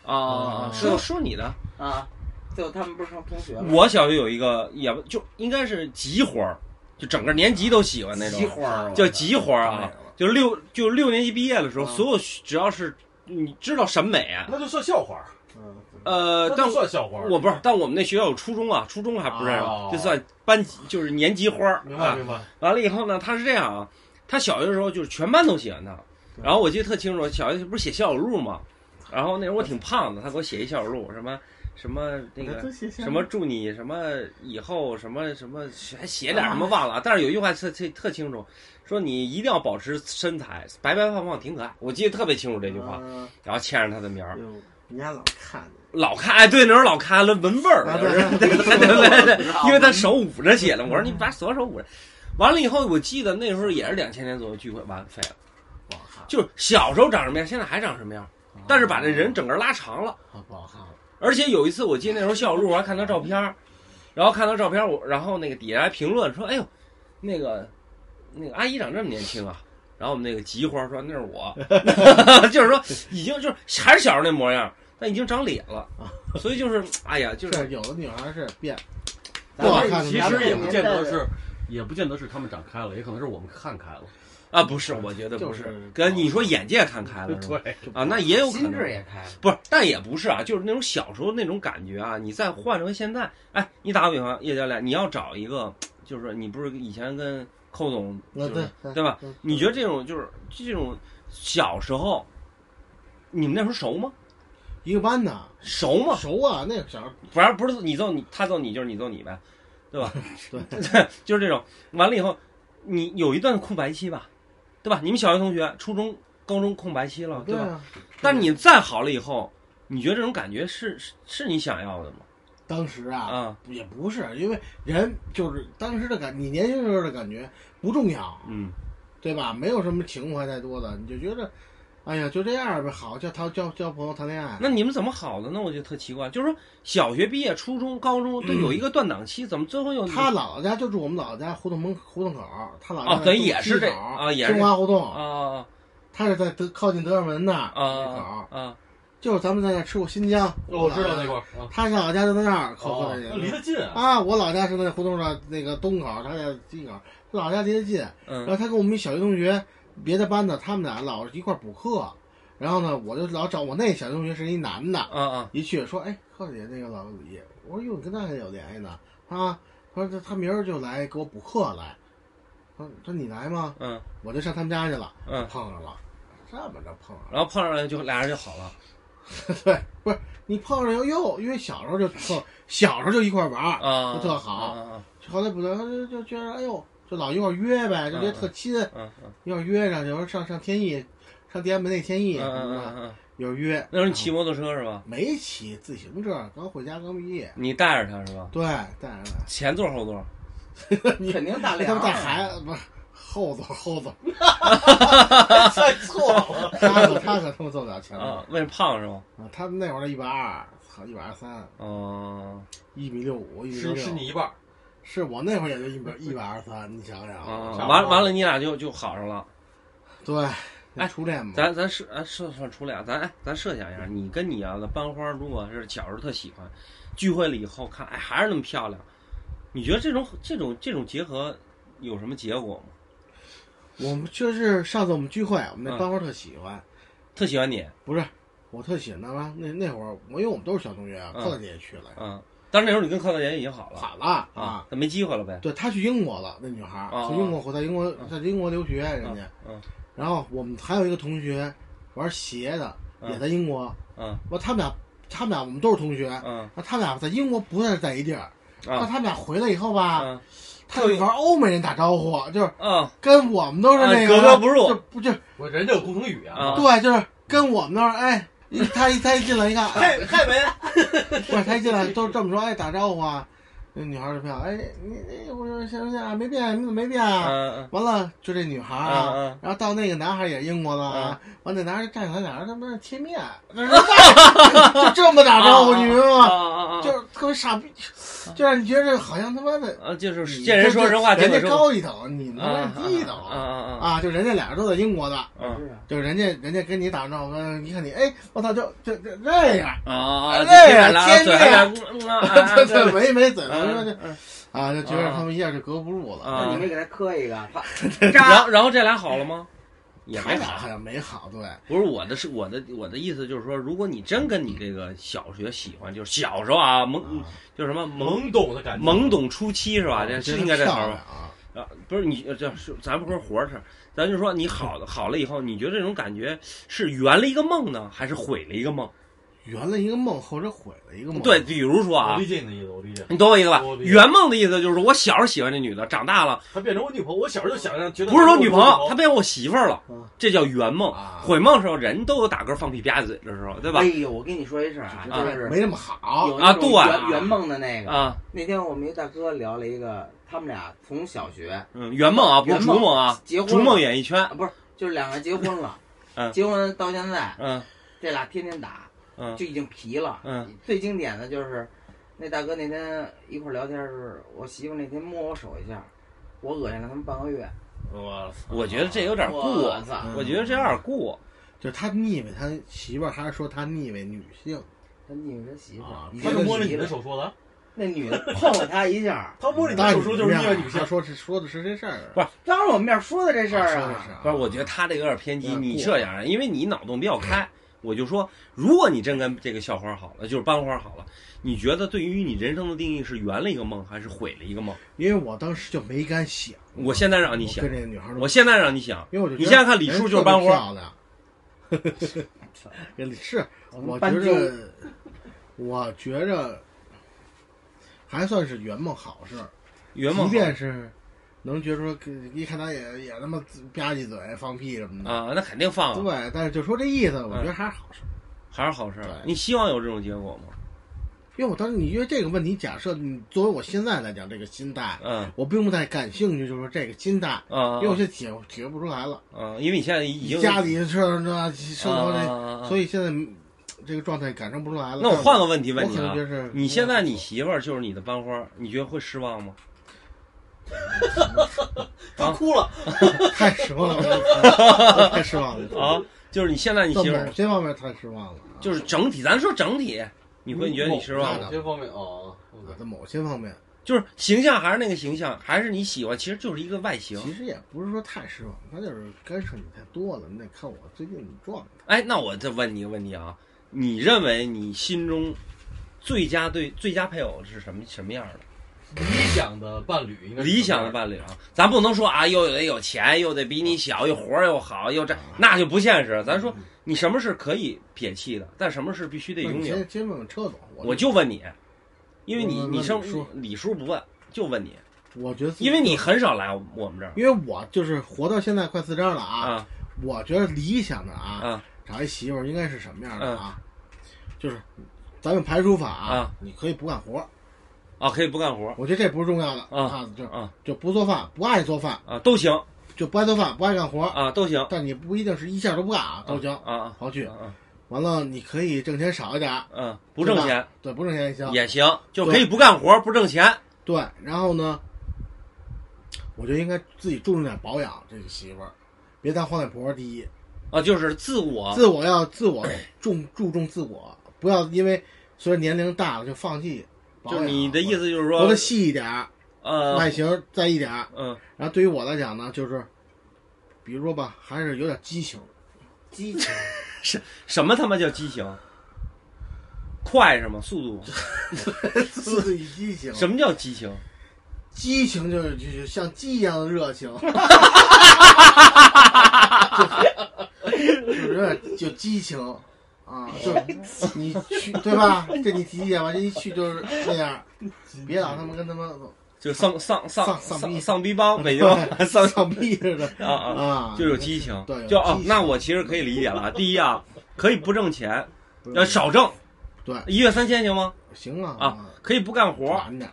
Speaker 1: 啊，
Speaker 2: 嗯
Speaker 1: 说说你的，
Speaker 3: 啊，最后他们不是成同学了？
Speaker 1: 我小学有一个也不就应该是集花儿，就整个年级都喜欢那种
Speaker 3: 奇花儿，
Speaker 1: 叫集花儿啊，就六就六年级毕业的时候，
Speaker 3: 啊
Speaker 1: 所有只要是你知道审美啊，
Speaker 4: 那就算校花儿，
Speaker 2: 嗯，
Speaker 1: 呃，
Speaker 4: 那
Speaker 1: 但
Speaker 4: 就算校花儿。
Speaker 1: 我不是，但我们那学校有初中啊，初中还不认识，
Speaker 4: 哦
Speaker 1: 就算班级就是年级花儿。
Speaker 4: 明
Speaker 1: 啊
Speaker 4: 白明白，
Speaker 1: 完了以后呢，他是这样啊，他小学的时候就是全班都喜欢他，
Speaker 2: 对
Speaker 1: 然后我记得特清楚，小学不是写校友录嘛，然后那时候我挺胖的，他给我写一校友录，什么什么那个什
Speaker 2: 什
Speaker 1: 么祝你什么以后什么什么还写点
Speaker 2: 啊
Speaker 1: 什么忘了，但是有一句话特特特清楚，说你一定要保持身材，白白胖胖挺可爱。我记得特别清楚这句
Speaker 2: 啊
Speaker 1: 话，
Speaker 3: 嗯
Speaker 1: 然后签上他的名
Speaker 2: 嗯
Speaker 1: 儿，
Speaker 2: 人家老看
Speaker 1: 老看哎，对，那时候老看论文味儿，
Speaker 2: 啊
Speaker 1: 就是
Speaker 2: 对
Speaker 1: 对 对对对，因为他手捂着写的，我说你把左手捂着。完了以后，我记得那时候也是两千年左右聚会，完了废了，
Speaker 2: 不好看，
Speaker 1: 就是小时候长什么样，现在还长什么样，
Speaker 2: 啊
Speaker 1: 但是把这人整个拉长了。
Speaker 2: 不好看啊了。
Speaker 1: 而且有一次，我记得那时候校友录我还看他照片儿，然后看他照片儿，我然后那个底下还评论说：“哎呦，那个那个阿姨长这么年轻啊。”然后我们那个吉花说：“那是 我， 就是说已经就是还是小时候那模样，但已经长脸了。”所以就是哎呀，就是
Speaker 2: 是有的女孩是变，
Speaker 3: 咱们
Speaker 2: 不好看的
Speaker 4: 其
Speaker 2: 咱们
Speaker 4: 实也
Speaker 2: 这
Speaker 4: 不
Speaker 2: 个
Speaker 4: 见得是，也不见得是他们长开了，也可能是我们看开了。
Speaker 1: 啊，不是，我觉得不
Speaker 2: 就是是。
Speaker 1: 跟你说眼界看开了是吧？
Speaker 4: 对，
Speaker 1: 啊，那也有可
Speaker 3: 心智
Speaker 1: 能。
Speaker 3: 也开了。
Speaker 1: 不是，但也不是啊，就是那种小时候那种感觉啊。你再换成现在，哎，你打个比方，叶教练，你要找一个，就是说你不是以前跟寇总，
Speaker 2: 那
Speaker 1: 就是
Speaker 2: 啊对
Speaker 1: 对吧？
Speaker 2: 嗯
Speaker 1: 你觉得这种就是这种小时候，你们那时候熟吗？
Speaker 2: 一个班的
Speaker 1: 熟吗？
Speaker 2: 熟啊？那个小时候
Speaker 1: 不然不是你揍你，他揍你就是你揍你呗，对吧？
Speaker 2: 对，
Speaker 1: 就是这种。完了以后，你有一段空白期吧，对吧？你们小学同学、初中、高中空白期了，对吧？
Speaker 2: 啊，
Speaker 1: 但你再好了以后，你觉得这种感觉是是是你想要的吗？
Speaker 2: 当时啊，
Speaker 1: 啊，
Speaker 2: 也不是，因为人就是当时的感，你年轻时候的感觉不重要，
Speaker 1: 嗯，
Speaker 2: 对吧？没有什么情怀太多的，你就觉着，哎呀，就这样呗，好，交交交交朋友谈恋爱。
Speaker 1: 那你们怎么好的呢？我就特奇怪，就是说小学毕业、初中、高中都有一个断档期，怎么最后又
Speaker 2: 他姥姥家就住我们姥姥家胡同门胡同口儿，他姥
Speaker 1: 哦
Speaker 2: 姥家
Speaker 1: 等于
Speaker 2: 住
Speaker 1: 也是
Speaker 2: 西
Speaker 1: 这
Speaker 2: 口儿
Speaker 1: 啊也是
Speaker 2: 中华胡同，
Speaker 1: 啊
Speaker 2: 他是在德靠近德胜门那儿
Speaker 1: 啊
Speaker 2: 那口
Speaker 1: 啊
Speaker 2: 儿，
Speaker 1: 啊
Speaker 2: 就是咱们在那儿吃过新疆，
Speaker 1: 哦
Speaker 4: 我知道那块
Speaker 2: 儿，
Speaker 4: 儿啊，
Speaker 2: 他姥姥家就在那儿靠过去
Speaker 4: 那离得近 啊。
Speaker 2: 啊，我老家是在胡同的那个东口儿，他在西口儿，他老家离得近。然
Speaker 1: 嗯
Speaker 2: 后他跟我们一小学同学，别的班的，他们俩老一块儿补课。然后呢，我就老找我那小学同学是一男的，
Speaker 1: 啊啊
Speaker 2: 一去说，哎，贺姐那个老也，我说哟，你跟他还有联系呢啊？他说他明儿就来给我补课来。他说他说你来吗？
Speaker 1: 嗯
Speaker 2: 我就上他们家去了，
Speaker 4: 哦
Speaker 1: 嗯，
Speaker 2: 碰上了，这么着碰上了。
Speaker 1: 然后碰上了就俩人就好了。
Speaker 2: 对，不是你碰上又又，因为小时候就碰，小时候就一块儿玩儿，
Speaker 1: 啊，
Speaker 2: 就特好
Speaker 1: 啊
Speaker 2: 后来不得就就觉得哎呦，就老一块儿约呗，就觉得特亲，
Speaker 1: 啊啊
Speaker 2: 一块儿约上，有时候上上天意，上天安门那天意
Speaker 1: 嗯
Speaker 2: 什
Speaker 1: 嗯嗯
Speaker 2: 么的，
Speaker 1: 嗯嗯，
Speaker 2: 有时候约。
Speaker 1: 那时候你骑摩托车是吧？
Speaker 2: 没骑自行车，刚回家刚毕业，
Speaker 1: 你带着他是吧？
Speaker 2: 对，带上来。
Speaker 1: 前座后座？
Speaker 2: 你
Speaker 3: 肯定
Speaker 1: 哎
Speaker 3: 大
Speaker 2: 他
Speaker 3: 梁
Speaker 2: 们
Speaker 3: 啊，
Speaker 2: 带孩子不是后头后头，
Speaker 4: 猜错了，
Speaker 2: 他可他可他们做不了前头
Speaker 1: 啊，为什么胖是吧？
Speaker 2: 啊他们那会儿一百二，操一百二三，
Speaker 1: 嗯
Speaker 2: 一米六五，一米
Speaker 4: 是
Speaker 2: 六，
Speaker 4: 是你一半儿，
Speaker 2: 是我那会儿也就一百 一百二三，你想想，
Speaker 1: 啊，
Speaker 4: 差不多
Speaker 1: 完完了，你俩就就好上了。
Speaker 2: 对，
Speaker 1: 哎
Speaker 2: 初恋嘛，
Speaker 1: 咱咱设啊设算出俩，咱哎咱设想一下，你跟你啊的班花，如果是小时候特喜欢，聚会了以后看，哎还是那么漂亮，你觉得这种这种这种结合有什么结果吗？
Speaker 2: 我们就是上次我们聚会，我们
Speaker 1: 嗯
Speaker 2: 那班花特喜欢，
Speaker 1: 特喜欢你，
Speaker 2: 不是我特喜欢他妈那那会儿，我因为我们都是小同学，啊，
Speaker 1: 嗯
Speaker 2: 寇大姐也去了，
Speaker 1: 嗯，当然那时候你跟靠大姐已经好了
Speaker 2: 惨了
Speaker 1: 啊，！那没机会了呗，
Speaker 2: 对，她去英国了，那女孩儿
Speaker 1: 啊
Speaker 2: 从英国回到英国，在英国留学，人家。
Speaker 1: 嗯
Speaker 2: 然后我们还有一个同学玩鞋的，
Speaker 1: 嗯
Speaker 2: 也在英国。
Speaker 1: 嗯
Speaker 2: 我他们俩，他们俩我们都是同学，
Speaker 1: 嗯
Speaker 2: 那他们俩在英国不是在一地儿，那
Speaker 1: 啊
Speaker 2: 他们俩回来以后吧，
Speaker 1: 啊
Speaker 2: 他就玩欧美人打招呼，就是
Speaker 1: 啊
Speaker 2: 跟我们都是那
Speaker 1: 啊格
Speaker 2: 个
Speaker 1: 格不入
Speaker 2: 就不就
Speaker 6: 我人家有共同语啊，
Speaker 1: 啊！
Speaker 2: 对，就是跟我们那儿哎，一他一他一进来一看，哎，
Speaker 6: 嗨嗨没，
Speaker 2: 不是他一进来都这么说，哎，打招呼啊，那女孩就漂亮，哎，你你我说行行啊，没变，你怎么没变啊？
Speaker 1: 嗯
Speaker 2: 完了，就这女孩儿啊，
Speaker 1: 嗯嗯
Speaker 2: 然后到那个男孩儿也英国了啊，完那男孩儿站起来，俩人他妈贴面，就这么 打招呼，你明白
Speaker 1: 啊
Speaker 2: 吗？
Speaker 1: 啊啊！
Speaker 2: 就是特别傻逼，就让你觉得好像他妈的
Speaker 1: 啊，就是见人说人话，
Speaker 2: 人
Speaker 1: 见鬼
Speaker 2: 家
Speaker 1: 说
Speaker 2: 高一等，你
Speaker 1: 啊
Speaker 2: 们低一等
Speaker 1: 啊啊啊！
Speaker 2: 啊！就人家俩人都在英国的，
Speaker 1: 嗯
Speaker 3: 是啊
Speaker 2: 就人家人家跟你打招呼，一看你，哎，我操，就就就这样，
Speaker 1: 啊，天对
Speaker 2: 对
Speaker 1: 啊 对
Speaker 2: 对，没没嘴了，就就
Speaker 1: 嗯，
Speaker 2: 啊，就觉得他们一下就格格不入了。
Speaker 3: 那你
Speaker 1: 啊
Speaker 3: 没给他磕一个，他
Speaker 1: 然
Speaker 3: 扎
Speaker 1: 后然后这俩好了吗？也没
Speaker 2: 还好
Speaker 1: 好，
Speaker 2: 好像没好，对，
Speaker 1: 不是我的是我的我的意思就是说，如果你真跟你这个小学喜欢，就是小时候啊懵，就是什么懵
Speaker 6: 懵懂的感觉，
Speaker 1: 懵懂初期是吧？这是应该这词
Speaker 2: 漂
Speaker 1: 儿
Speaker 2: 亮
Speaker 1: 吧？
Speaker 2: 啊，
Speaker 1: 啊，不是你这是咱不说活着事儿，咱就说你好的好了以后，你觉得这种感觉是圆了一个梦呢，还是毁了一个梦？
Speaker 2: 圆了一个梦或者毁了一个梦，
Speaker 1: 对，比如说
Speaker 6: 我
Speaker 1: 啊
Speaker 6: 理，解你的意思，我理解。
Speaker 1: 你懂我意思吧
Speaker 6: 我？理解
Speaker 1: 圆梦的意思就是我小时候喜欢这女的，长大了
Speaker 6: 她变成我女朋友，我小时候就想让，觉得
Speaker 1: 不是说女朋
Speaker 6: 朋
Speaker 1: 友，她变成我媳妇儿了
Speaker 2: 嗯，
Speaker 1: 这叫圆梦。
Speaker 2: 啊，
Speaker 1: 毁梦的时候，人都有打嗝、放屁、吧唧嘴的时候，对吧
Speaker 3: 哎？呦，我跟你说一事儿啊，
Speaker 1: 啊
Speaker 3: 就是
Speaker 2: 没那么好
Speaker 3: 有那种
Speaker 1: 啊对
Speaker 3: 圆圆梦的那个。
Speaker 1: 啊，
Speaker 3: 那天我们一大哥聊了一个，他们俩从小学
Speaker 1: 嗯，圆梦啊，不是
Speaker 3: 圆
Speaker 1: 逐
Speaker 3: 梦
Speaker 1: 梦啊，
Speaker 3: 结婚了，
Speaker 1: 逐梦演艺圈
Speaker 3: 啊，，不是，就是两个人结婚了，
Speaker 1: 嗯
Speaker 3: 结婚到现在，
Speaker 1: 嗯
Speaker 3: 这俩天天打，
Speaker 1: 嗯
Speaker 3: 就已经皮了。
Speaker 1: 嗯
Speaker 3: 最经典的就是，那大哥那天一块儿聊天的时候，我媳妇那天摸我手一下，我恶心了他们半个月。
Speaker 6: 我操
Speaker 1: 我觉得这有点过
Speaker 3: 我，操！
Speaker 1: 我觉得这有点过。
Speaker 2: 就是他腻歪他媳妇儿，还是说他腻歪女性？
Speaker 3: 他女的媳妇儿
Speaker 2: 啊，
Speaker 3: 已
Speaker 6: 他
Speaker 3: 经
Speaker 6: 就摸着你
Speaker 3: 皮
Speaker 6: 的
Speaker 3: 了，
Speaker 6: 手说的，
Speaker 3: 那女的碰了他一下，
Speaker 6: 他摸着你
Speaker 2: 那
Speaker 6: 的手
Speaker 2: 你
Speaker 6: 说就是虐女
Speaker 2: 他
Speaker 6: 性，
Speaker 2: 说是说的是这事儿，
Speaker 1: 不
Speaker 3: 当着我面说的这事儿
Speaker 2: 说的
Speaker 3: 啊
Speaker 2: 是。啊，
Speaker 1: 不是，我觉得他这个有点偏激。
Speaker 2: 有点
Speaker 1: 你
Speaker 2: 过
Speaker 1: 这样，因为你脑洞比较开，我就说，如果你真跟这个校花好了，就是班花好了，你觉得对于你人生的定义是圆了一个梦，还是毁了一个梦？
Speaker 2: 因为我当时就没敢想，
Speaker 1: 我现在让你
Speaker 2: 我
Speaker 1: 想
Speaker 2: 跟，这个女孩儿，
Speaker 1: 我现在让你想，
Speaker 2: 因为我就
Speaker 1: 你现在看李叔就是班花
Speaker 2: 漂亮，也是，我觉着，我觉着还算是圆梦好事儿，
Speaker 1: 圆梦
Speaker 2: 即
Speaker 1: 好
Speaker 2: 便是能觉出一看他也也他妈吧唧嘴放屁什么的，
Speaker 1: 啊，那肯定放啊，
Speaker 2: 对，但是就说这意思，我觉得还是好事儿。
Speaker 1: 还是好事
Speaker 2: 对。
Speaker 1: 你希望有这种结果吗？
Speaker 2: 因为我当时你因为这个问题，假设你作为我现在来讲这个心态，
Speaker 1: 嗯
Speaker 2: 我并不太感兴趣，就是说这个心态，
Speaker 1: 啊
Speaker 2: 因为我现在体体会不出来了，
Speaker 1: 啊，因为你现在已经
Speaker 2: 家里的事儿那生活
Speaker 1: 啊
Speaker 2: 这，
Speaker 1: 啊啊啊
Speaker 2: 所以现在嗯这个状态感受不出来了。
Speaker 1: 那我换个问题问
Speaker 2: 我
Speaker 1: 你
Speaker 2: 可
Speaker 1: 啊
Speaker 2: 能，就是嗯
Speaker 1: 你现在你媳妇儿就是你的班花，你觉得会失望吗？
Speaker 6: 她哭了，
Speaker 2: 太失望了，我太失望了！
Speaker 1: 啊，就是你 现在你
Speaker 2: 在
Speaker 1: 媳妇儿
Speaker 2: 某，些方面太失望了，啊
Speaker 1: 就是整体，咱说整体，你会
Speaker 2: 嗯
Speaker 1: 你觉得你失望吗？
Speaker 2: 那
Speaker 5: 这方面哦，
Speaker 2: 在某些方面，
Speaker 1: 就是形象还是那个形象，还是你喜欢，其实就是一个外
Speaker 2: 其
Speaker 1: 形。
Speaker 2: 实也不是说太失望，他就是干涉你太多了。你得看我最近的状态。
Speaker 1: 哎，那我再问你一个问题啊，你认为你心中最佳对最佳配偶是什么什么样的？
Speaker 2: 嗯
Speaker 5: 理想的伴侣应该是
Speaker 1: 理想的伴侣啊，咱不能说啊，又得有钱，又得比
Speaker 2: 嗯
Speaker 1: 你小，又活儿又好，又这那就不现实。咱说你什么是可以撇弃的，但什么是必须得
Speaker 2: 那
Speaker 1: 拥
Speaker 2: 你
Speaker 1: 有。啊
Speaker 2: 先先问问车总，
Speaker 1: 我
Speaker 2: 我
Speaker 1: 就问你，因为
Speaker 2: 我
Speaker 1: 你
Speaker 2: 问
Speaker 1: 你生
Speaker 2: 李叔
Speaker 1: 李叔不问，就问你，
Speaker 2: 我觉得自己
Speaker 1: 因为你很少来我们这儿
Speaker 2: 因为我就是活到现在快四张了啊，
Speaker 1: 啊
Speaker 2: 我觉得理想的啊，
Speaker 1: 啊
Speaker 2: 找一媳妇儿应该是什么样的啊？就是咱们排除法啊
Speaker 1: 啊，
Speaker 2: 你可以不干活儿，
Speaker 1: 啊，可以不干活儿
Speaker 2: 我觉得这不是重要的
Speaker 1: 啊
Speaker 2: 啊，就
Speaker 1: 啊
Speaker 2: 就不做饭，不爱做饭，
Speaker 1: 啊都行
Speaker 2: 就不爱做饭，不爱干活儿，
Speaker 1: 啊都行，
Speaker 2: 但你不一定是一下都不干啊，都行，
Speaker 1: 啊啊
Speaker 2: 刨去。
Speaker 1: 啊
Speaker 2: 完了，你可以挣钱少一点儿，
Speaker 1: 嗯，不挣钱
Speaker 2: 对，不挣钱也行。
Speaker 1: 也行，就可以不干活儿不挣钱。
Speaker 2: 对，然后呢，我觉得应该自己注重点保养，这个媳妇儿，别当黄脸婆第一，
Speaker 1: 啊，就是自我
Speaker 2: 自我要自我重注重自我，不要因为随着年龄大了就放弃保
Speaker 1: 就
Speaker 2: 养。
Speaker 1: 是你的意思就是
Speaker 2: 活
Speaker 1: 说
Speaker 2: 得，细一点儿，
Speaker 1: 呃
Speaker 2: 外，形在意点儿。
Speaker 1: 嗯，
Speaker 2: 然后对于我来讲呢，就是，比如说吧，还是有点激情，
Speaker 3: 激情，
Speaker 1: 什么他妈叫畸形？快是吗？速度？
Speaker 2: 自己激情
Speaker 1: 什么叫畸形？
Speaker 2: 激情就是就是像鸡一样的热情，就是有点就激情，啊，就是你去对吧？这你体检吧，这一去就是那样，别老他妈跟他妈
Speaker 1: 就丧丧丧
Speaker 2: 丧丧
Speaker 1: 丧
Speaker 2: 逼
Speaker 1: 丧逼帮，北京丧
Speaker 2: 丧逼似的
Speaker 1: 啊啊，
Speaker 2: 啊，
Speaker 1: 就有激情
Speaker 2: 对有，
Speaker 1: 就哦
Speaker 2: 激，情
Speaker 1: 那我其实可以理解了。第一啊，可以不挣钱，
Speaker 2: 不是
Speaker 1: 要少挣，
Speaker 2: 嗯对
Speaker 1: 一月三千行吗？
Speaker 2: 行啊
Speaker 1: 啊，可以不干活，啊
Speaker 2: 懒点，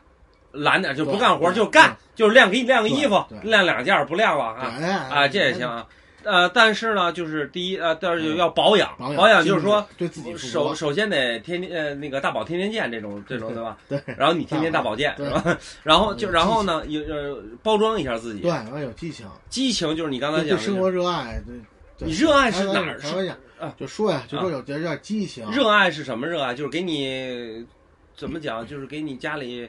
Speaker 1: 懒点就不
Speaker 2: 对
Speaker 1: 干活，
Speaker 2: 对嗯
Speaker 1: 就干，就是晾，给你晾个衣服
Speaker 2: 对，对
Speaker 1: 晾两件儿不晾了啊
Speaker 2: 对嗯
Speaker 1: 啊，这也行，啊。呃，但是呢，就是第一呃，但是就要保养，
Speaker 2: 保养
Speaker 1: 保养就是说。
Speaker 2: 对自己负
Speaker 1: 首
Speaker 2: 责
Speaker 1: 首先得天天呃那个大宝天天见这种这种对吧？
Speaker 2: 对，
Speaker 1: 然后你天天大宝见
Speaker 2: 对
Speaker 1: 是吧？然后就
Speaker 2: 有
Speaker 1: 然后呢，有呃包装一下自己
Speaker 2: 对，，要有激情，
Speaker 1: 激情就是你刚才
Speaker 2: 对
Speaker 1: 讲的
Speaker 2: 对生活热爱，对对，
Speaker 1: 你热爱是哪儿？
Speaker 2: 开玩笑
Speaker 1: 啊，
Speaker 2: 就说呀，就说有有点激情，
Speaker 1: 热爱是什么热爱？就是给你怎么讲？就是给你家里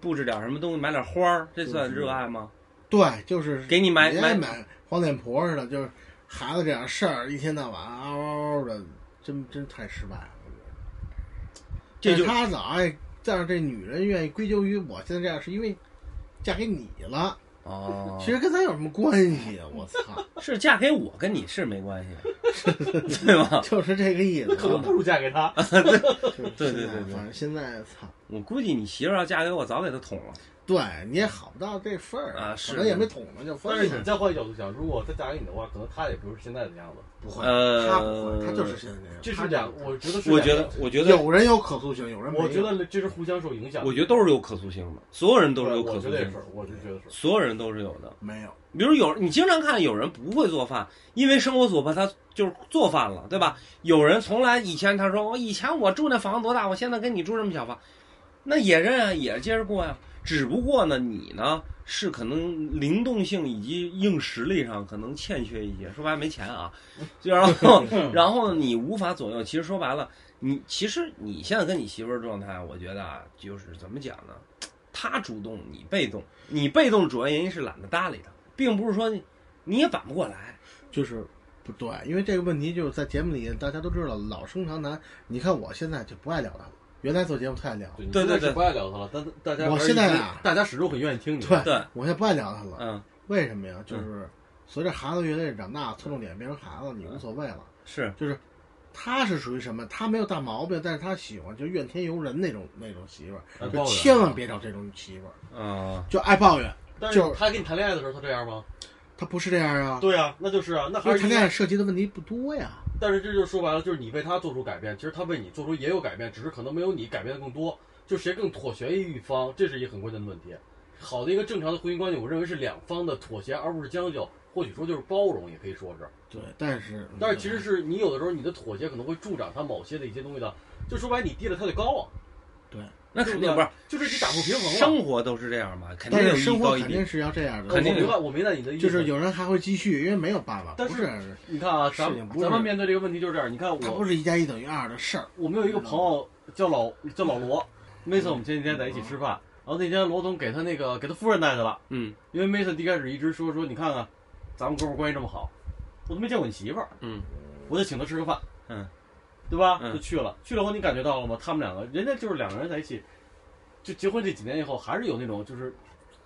Speaker 1: 布置点什么东西，买点花儿，这算热爱吗？
Speaker 2: 对，就是
Speaker 1: 给你买
Speaker 2: 别
Speaker 1: 买
Speaker 2: 买黄脸婆似的，就是孩子这点事儿，一天到晚嗷嗷嗷的，真真太失败了。
Speaker 1: 这就
Speaker 2: 但是他早爱，但是这女人愿意归咎于我现在这样，是因为嫁给你了。
Speaker 1: 哦
Speaker 2: 其实跟咱有什么关系啊？我操，
Speaker 1: 是嫁给我跟你是没关系，啊对吧？
Speaker 2: 就是这个意思。啊
Speaker 4: 可 能不如嫁给他。
Speaker 1: 啊
Speaker 2: 就是
Speaker 1: 对对
Speaker 2: 现在
Speaker 1: 对对
Speaker 2: 反正现在操，
Speaker 1: 我估计你媳妇儿要嫁给我，早给她捅了。
Speaker 2: 对你也好不到这份儿
Speaker 1: 啊是
Speaker 2: 可能也没捅呢就分
Speaker 4: 但是你
Speaker 2: 了。
Speaker 4: 再换一角度想，如果再嫁给你的话，可能他也不是现在的样子。
Speaker 2: 不会，
Speaker 1: 呃，
Speaker 2: 他不会，他就是现在这样。
Speaker 4: 这
Speaker 2: 他
Speaker 4: 是两，我觉得是
Speaker 1: 我
Speaker 4: 两
Speaker 1: 觉
Speaker 4: 个
Speaker 1: 得，我觉得，
Speaker 2: 有人有可塑性，有人没有
Speaker 4: 我觉得这是互相受影响的。
Speaker 1: 我觉得都是有可塑性的，所有人都是有
Speaker 4: 我
Speaker 1: 可
Speaker 4: 觉
Speaker 1: 塑
Speaker 4: 得也
Speaker 1: 性
Speaker 4: 是
Speaker 1: 的，，
Speaker 4: 我就觉得是。
Speaker 1: 所有人都是有的。
Speaker 2: 没有。
Speaker 1: 比如有你经常看有人不会做饭，因为生活所迫，他就是做饭了，对吧？有人从来以前他说我以前我住那房子多大，我现在跟你住这么小房，那也认啊，也接着过呀、只不过呢，你呢是可能灵动性以及硬实力上可能欠缺一些，说白了没钱啊，就然后然后你无法左右。其实说白了，你其实你现在跟你媳妇儿状态，我觉得啊，就是怎么讲呢？她主动，你被动。你被动的主要原因是懒得搭理她，并不是说你你也扳不过来。
Speaker 2: 就是不对，因为这个问题就是在节目里大家都知道，老生常谈。你看我现在就不爱聊他了，原来做节目太爱聊，
Speaker 7: 对
Speaker 1: 对对
Speaker 7: 你现在
Speaker 1: 对
Speaker 7: 是不爱聊他了，但大家
Speaker 2: 我
Speaker 7: 而
Speaker 2: 现在
Speaker 7: 且
Speaker 2: 啊
Speaker 7: 大家始终很愿意听你。
Speaker 2: 对
Speaker 1: 对，
Speaker 2: 我现在不爱聊他了。
Speaker 1: 嗯，
Speaker 2: 为什么呀？就是随着孩子越来越长大，侧重点变成孩子，你无所谓了。
Speaker 1: 是
Speaker 2: 他是属于什么？他没有大毛病，但是他喜欢就怨天尤人那种那种媳妇儿，
Speaker 7: 爱
Speaker 2: 就
Speaker 4: 啊
Speaker 7: 抱怨
Speaker 2: 千万别找这种媳妇儿，
Speaker 1: 嗯，
Speaker 2: 就爱抱怨。
Speaker 4: 但
Speaker 2: 就是
Speaker 4: 他跟你谈恋爱的时候，他这样吗？
Speaker 2: 他不是这样啊，
Speaker 4: 对啊，那就是啊，那
Speaker 2: 因
Speaker 4: 还
Speaker 2: 为
Speaker 4: 是
Speaker 2: 谈恋爱涉及的问题不多呀。
Speaker 4: 但是这就说白了，就是你为他做出改变，其实他为你做出也有改变，只是可能没有你改变的更多。就谁更妥协于一方，这是一个很关键的问题。好的一个正常的婚姻关系，我认为是两方的妥协，而不是将就，或许说就是包容，也可以说是。
Speaker 2: 对，但是
Speaker 4: 但是其实是你有的时候你的妥协可能会助长他某些的一些东西的，就说白了你低了他的高啊，
Speaker 1: 那肯定不是，
Speaker 4: 就是你打破平衡了。
Speaker 1: 生活都是这样嘛，肯定
Speaker 2: 嗯但
Speaker 1: 有
Speaker 2: 是
Speaker 1: 一
Speaker 2: 生
Speaker 1: 高
Speaker 2: 活
Speaker 1: 一
Speaker 2: 肯
Speaker 1: 低
Speaker 2: 定。是要这样的，
Speaker 4: 我
Speaker 1: 肯定
Speaker 4: 明白，我明白你的意思。
Speaker 2: 就是有人还会继续，因为没有办法，
Speaker 4: 但
Speaker 2: 不
Speaker 4: 是
Speaker 2: 这样的。
Speaker 4: 你看啊，咱
Speaker 2: 事情
Speaker 4: 们
Speaker 2: 不是
Speaker 4: 咱们面对这个问题就是这样。你看
Speaker 2: 它
Speaker 4: 我
Speaker 2: 不是一加一等于二的事儿。
Speaker 4: 我们有一个朋友叫老叫老罗，每次我们前几天在一起吃饭，然后那天罗总给他那个给他夫人带去了，
Speaker 1: 嗯
Speaker 4: 因为梅森一开始一直说说你看看，咱们哥们儿关系这么好，我都没见过你媳妇儿，
Speaker 1: 嗯，
Speaker 4: 我就请她吃个饭，
Speaker 1: 嗯，
Speaker 4: 对吧？
Speaker 1: 嗯
Speaker 4: 就去了，去了后你感觉到了吗？他们两个人家就是两个人在一起，就结婚这几年以后还是有那种就是，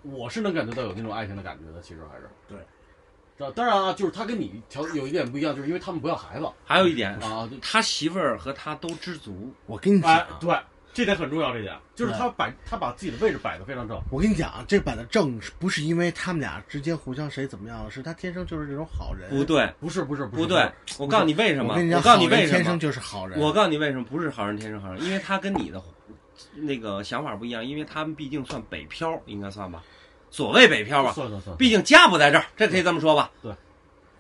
Speaker 4: 我是能感觉到有那种爱情的感觉的，其实还是
Speaker 2: 对。
Speaker 4: 当当然啊，就是他跟你条有一点不一样，就是因为他们不要孩子
Speaker 1: 还有一
Speaker 2: 嗯
Speaker 1: 点，
Speaker 4: 啊，就
Speaker 1: 他媳妇儿和他都知足。
Speaker 2: 我 跟你讲
Speaker 4: 哎
Speaker 2: 啊，，
Speaker 4: 对，这点很重要，这点就是他摆他把自己的位置摆的非常正，
Speaker 2: 我跟你讲啊，这版的正是不是因为他们俩之间互相谁怎么样，是他天生就是这种好人。
Speaker 1: 不，对，
Speaker 4: 不是不是不是
Speaker 1: 不对，我告诉你为什
Speaker 2: 我
Speaker 1: 么？
Speaker 2: 跟你讲，
Speaker 1: 我告诉你
Speaker 2: 好人
Speaker 1: 为什
Speaker 2: 天
Speaker 1: 么
Speaker 2: 生？就是好人。
Speaker 1: 我告诉你为什么不是好人天生好人，因为他跟你的那个想法不一样，因为他们毕竟算北漂，应该算吧？所谓北漂吧，
Speaker 4: 算算算，
Speaker 1: 毕竟家不在这儿，这可以这么说吧？
Speaker 4: 对，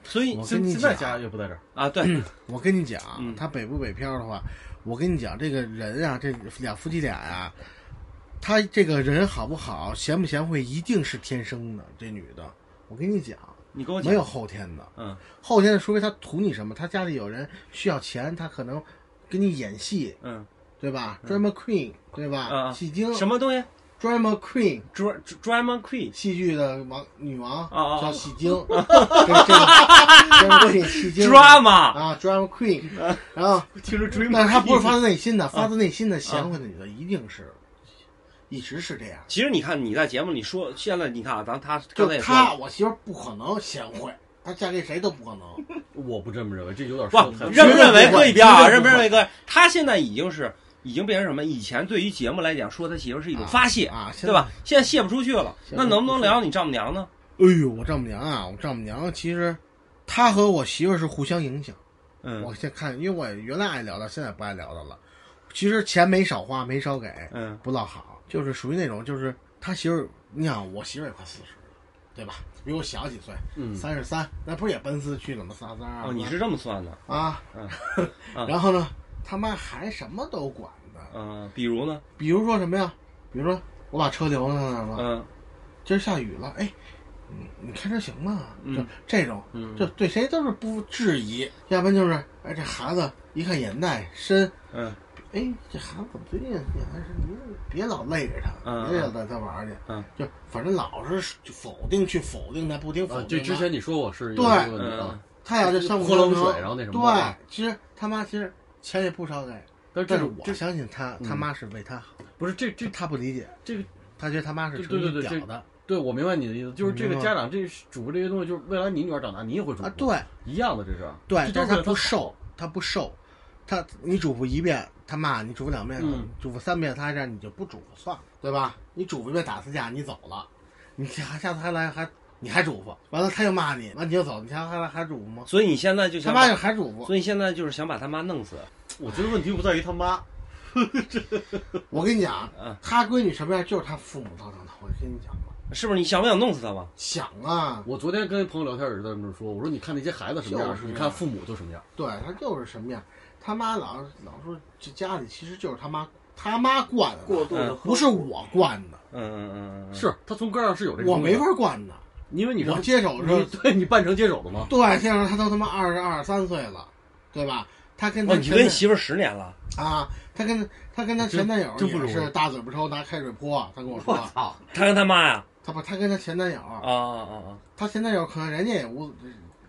Speaker 1: 所以
Speaker 2: 我嗯跟
Speaker 4: 现
Speaker 2: 你
Speaker 4: 现在
Speaker 2: 讲，
Speaker 4: 家也不在这儿，
Speaker 1: 啊，对，
Speaker 2: 我跟你讲啊
Speaker 1: 嗯，
Speaker 2: 他北不北漂的话，我跟你讲，这个人啊，这俩夫妻俩呀、他这个人好不好，贤不贤惠，一定是天生的。这女的，我跟你讲，
Speaker 1: 你跟我讲
Speaker 2: 没有，后天的。
Speaker 1: 嗯
Speaker 2: 后天的，除非他图你什么，他家里有人需要钱，他可能给你演戏，
Speaker 1: 嗯，
Speaker 2: 对吧？drama queen，对吧？
Speaker 1: 啊
Speaker 2: 戏精
Speaker 1: 什么东西
Speaker 2: drama queen，
Speaker 1: ？Dra- Drama Queen
Speaker 2: 戏剧的王女王
Speaker 1: 啊啊
Speaker 2: 叫戏 精，这这这这戏精
Speaker 1: Drama，嗯
Speaker 2: 啊，drama queen，然 后
Speaker 1: 听着 Dream，
Speaker 2: 但是她不是发自内心
Speaker 1: 嗯
Speaker 2: 的，发自内心的贤惠的女的一定是，一直是这样。
Speaker 1: 其实你看你在节目里说，现在你看啊，咱他
Speaker 2: 就
Speaker 1: 刚才也说
Speaker 2: 她，
Speaker 1: 了，
Speaker 2: 我媳妇儿不可能贤惠，她嫁给谁都不可能。
Speaker 4: 我不这么认为，这有点
Speaker 1: 不
Speaker 4: 说得太
Speaker 1: 认不认为
Speaker 2: 绝对不会
Speaker 1: 可以标啊？
Speaker 2: 绝对
Speaker 1: 认
Speaker 2: 不
Speaker 1: 不
Speaker 2: 会
Speaker 1: 认为哥？他现在已经是已经变成什么？以前对于节目来讲，说他媳妇儿是一种发泄，
Speaker 2: 啊，现
Speaker 1: 对？吧？现在泄不出去了，
Speaker 2: 现在
Speaker 1: 那能不能聊你丈母娘呢？
Speaker 2: 哎呦，我丈母娘啊，我丈母娘其实她和我媳妇儿是互相影响。
Speaker 1: 嗯
Speaker 2: 我现在看，因为我原来爱聊的，现在不爱聊的了。其实钱没少花，没少给，
Speaker 1: 嗯，
Speaker 2: 不落好，就是属于那种，就是他媳妇儿，你想我媳妇儿也快四十了，对吧？比我小几岁，
Speaker 4: 嗯，
Speaker 2: 三十三，那不是也奔四去了吗？仨三二
Speaker 1: 哦，你是这么算的？
Speaker 2: 啊
Speaker 1: 嗯？
Speaker 2: 然后呢，他妈还什么都管呢，
Speaker 1: 嗯，比如呢？
Speaker 2: 比如说什么呀？比如说我把车留在那儿了，
Speaker 1: 嗯
Speaker 2: 今儿下雨了，哎，你你开车行吗？
Speaker 1: 嗯
Speaker 2: 就这种，
Speaker 1: 嗯
Speaker 2: 这对谁都是不质疑，要不然就是，哎，这孩子一看眼袋深，
Speaker 1: 嗯
Speaker 2: 哎，这孩子怎么最近眼袋深？你别老累着他，
Speaker 1: 嗯
Speaker 2: 别老带他玩儿去，
Speaker 1: 嗯，
Speaker 2: 就反正老是否定去否定他，不停否
Speaker 4: 啊，
Speaker 2: 定他。
Speaker 4: 就之前你说我是有
Speaker 2: 对
Speaker 4: 这个问题
Speaker 1: 嗯
Speaker 4: 啊，
Speaker 2: 他俩就相互
Speaker 4: 泼冷
Speaker 2: 相成
Speaker 4: 水，然后那什么
Speaker 2: 对，其实他妈其实钱也不少给，
Speaker 4: 但
Speaker 2: 但
Speaker 4: 是这
Speaker 2: 是
Speaker 4: 种
Speaker 2: 我相信他他妈是为他好，
Speaker 4: 不是这这
Speaker 2: 就他不理解
Speaker 4: 这个，
Speaker 2: 他觉得他妈是
Speaker 4: 对
Speaker 2: 成
Speaker 4: 对
Speaker 2: 天
Speaker 4: 对对
Speaker 2: 屌的
Speaker 4: 对，我明白你的意思，就是这
Speaker 2: 你
Speaker 4: 个
Speaker 2: 明白吗
Speaker 4: 家长这嘱咐这些东西，就是未来你女儿长大你也会嘱
Speaker 2: 啊，
Speaker 4: 咐，
Speaker 2: 对。
Speaker 4: 一样的这是。
Speaker 2: 对，但
Speaker 4: 这
Speaker 2: 是
Speaker 4: 都
Speaker 2: 他
Speaker 4: 为了
Speaker 2: 不
Speaker 4: 好
Speaker 2: 受，他不受，他你嘱咐一遍他骂你，嘱咐两遍，
Speaker 4: 嗯
Speaker 2: 嘱咐三遍他这样你就不嘱咐算了，对吧？你嘱咐一遍打次架你走了，你下下次还来还你还嘱咐，完了他又骂你，完你就走，你下次还来还嘱咐吗？
Speaker 1: 所以你现在就
Speaker 2: 他
Speaker 1: 想
Speaker 2: 妈
Speaker 1: 把，
Speaker 2: 就还嘱咐，
Speaker 1: 所以现在就是想把他妈弄死。
Speaker 4: 我觉得问题不在于他妈，
Speaker 2: 我跟你讲啊
Speaker 1: 嗯，
Speaker 2: 他闺女什么样就是他父母造成的，我跟你讲吧，
Speaker 1: 是不是你想不想弄死他吧？
Speaker 2: 想啊，
Speaker 4: 我昨天跟朋友聊天也是在这么说，我说你看那些孩子什么样，
Speaker 2: 就是
Speaker 4: 你看父母就什么样。
Speaker 2: 对他就是什么样，他妈老老说这家里其实就是他妈他妈惯
Speaker 3: 过
Speaker 2: 的，
Speaker 3: 度的
Speaker 2: 嗯不是我惯的，
Speaker 1: 嗯嗯嗯嗯，
Speaker 4: 是他从根上是有这个，
Speaker 2: 我没法，惯的，
Speaker 4: 因为你
Speaker 2: 我
Speaker 4: 让
Speaker 2: 接手的时候
Speaker 4: 你 对你半成接手的吗？
Speaker 2: 对，现在他都他妈二十二三岁了，对吧？他跟他
Speaker 1: 哦，你跟
Speaker 2: 前
Speaker 1: 你媳妇儿十年了，
Speaker 2: 啊，他跟他跟他前男友
Speaker 4: 真真不
Speaker 2: 也
Speaker 4: 容易
Speaker 2: 是大嘴巴抽拿开水泼，他跟我说，
Speaker 3: 我操！
Speaker 1: 他跟他妈呀？
Speaker 2: 他不，他跟他前男友，
Speaker 1: 啊啊啊啊！
Speaker 2: 他前男友可能人家也无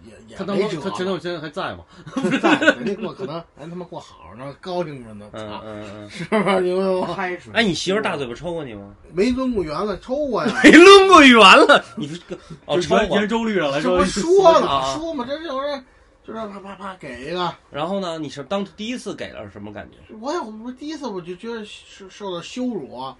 Speaker 2: 也也
Speaker 4: 他当
Speaker 2: 没
Speaker 4: 时
Speaker 2: 辙
Speaker 4: 他前男友现在还在吗？
Speaker 2: 友在，人家过可能人他妈过好着呢，高兴着呢，
Speaker 1: 嗯
Speaker 2: 操
Speaker 1: 嗯嗯。
Speaker 2: 是不是？你问 我
Speaker 3: 开水。
Speaker 1: 哎，你媳妇儿大嘴巴抽过你吗？？
Speaker 2: 没抡过圆了，抽我呀
Speaker 1: 没抡过圆了， 你这个哦
Speaker 4: 就是
Speaker 1: 抽
Speaker 4: 圆
Speaker 1: 过。
Speaker 4: 圆周率上来
Speaker 2: 这
Speaker 4: 说
Speaker 2: 不，说
Speaker 1: 啊
Speaker 2: 了说嘛，这就是就是啪啪啪给一个，
Speaker 1: 然后呢，你是当第一次给了是什么感觉？
Speaker 2: 我也我第一次我就觉得受受到羞辱，啊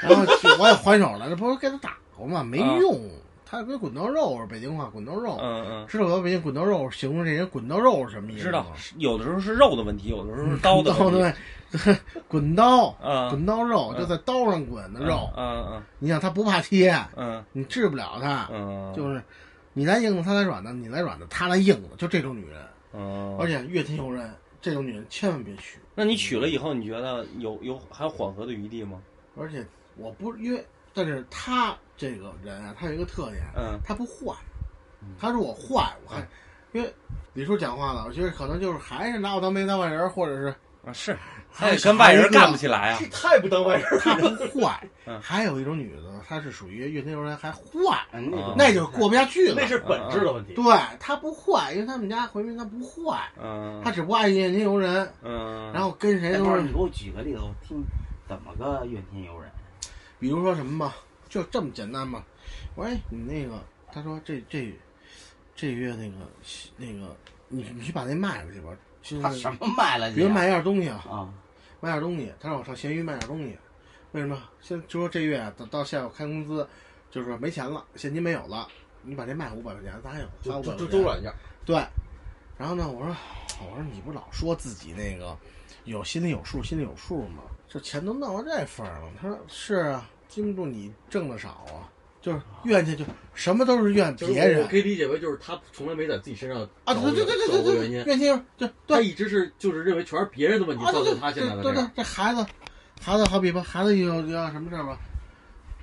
Speaker 2: 然后去我也还手了，这不是给他打过吗？没用，他跟滚刀肉是北京话，滚刀肉，
Speaker 1: 啊嗯嗯。
Speaker 2: 知道老北京滚刀肉形容这人滚刀肉是什啊么意思吗？
Speaker 1: 知道，有的时候是肉的问题，有的时候是刀的
Speaker 2: 刀
Speaker 1: 问题。
Speaker 2: 对，滚刀，
Speaker 1: 啊，
Speaker 2: 滚刀肉
Speaker 1: 嗯
Speaker 2: 就在刀上滚的肉。
Speaker 1: 嗯
Speaker 2: 你想他不怕贴，
Speaker 1: 嗯
Speaker 2: 你治不了他，
Speaker 1: 嗯，
Speaker 2: 啊就是你来硬的，他来软的，你来软的，他来硬的，就这种女人，而
Speaker 1: 嗯。
Speaker 2: 且怨天尤人，这种女人千万别娶。
Speaker 1: 那你娶了以后，你觉得有有还有缓和的余地吗？
Speaker 2: 而且我不因为，但是他这个人啊，他有一个特点，
Speaker 1: 嗯
Speaker 2: 他不坏。他说我坏，我还因为李叔讲话了，我觉得可能就是还是拿我当没当外人，或者是
Speaker 1: 啊是，
Speaker 2: 还
Speaker 1: 哎，
Speaker 2: 是
Speaker 1: 跟外人
Speaker 2: 孩子
Speaker 1: 干不起来啊。
Speaker 5: 太不当外人
Speaker 2: 他不坏。
Speaker 1: 嗯
Speaker 2: 还有一种女的呢，她是属于怨天尤人，还坏，
Speaker 3: 哎那
Speaker 1: 啊
Speaker 3: 种
Speaker 2: 那就过不下去了
Speaker 5: 那。是本质的问题。
Speaker 2: 对，她不坏，因为他们家回民她不坏，
Speaker 1: 嗯
Speaker 2: 她只不过爱怨天尤人，
Speaker 1: 嗯，
Speaker 2: 然后跟谁
Speaker 3: 哎
Speaker 2: 都
Speaker 3: 不是，
Speaker 2: 是
Speaker 3: 你，给我举个例子，我听怎么个怨天尤人？
Speaker 2: 比如说什么吧，就这么简单嘛。我说哎，你那个，他说这这这月那个那个，你你去把那卖了去吧，就
Speaker 3: 他
Speaker 2: 是
Speaker 3: 什么卖了你
Speaker 2: 嗯
Speaker 3: 啊？
Speaker 2: 比如卖点东西啊，
Speaker 3: 啊，
Speaker 2: 卖点东西，他让我上闲鱼卖点东西，为什么？现就说这月啊到到下午开工资，就是没钱了，现金没有了，你把这卖五百块钱，咱还有三
Speaker 6: 就
Speaker 2: 五百
Speaker 6: 就就周
Speaker 2: 块钱。
Speaker 6: 转一下，
Speaker 2: 对，然后呢，我说我说你不老说自己那个有心里有数，心里有数吗？这钱都弄到这份儿了，他说是啊，经不住你挣的少啊，就是怨去就什么都是怨
Speaker 6: 就是
Speaker 2: 别
Speaker 6: 我
Speaker 2: 人
Speaker 6: 我可以理解为就是他从来没在自己身上
Speaker 2: 啊，
Speaker 6: 找
Speaker 2: 对对对对对
Speaker 6: 找过
Speaker 2: 对
Speaker 6: 原因，
Speaker 2: 怨天尤对对
Speaker 6: 他一直是就是认为全是别人的问题
Speaker 2: 啊，
Speaker 6: 造
Speaker 2: 对对
Speaker 6: 成他现在的
Speaker 2: 对
Speaker 6: 这
Speaker 2: 对
Speaker 6: 样。，
Speaker 2: 这孩子，孩子好比吧，孩子有有什么事儿吧？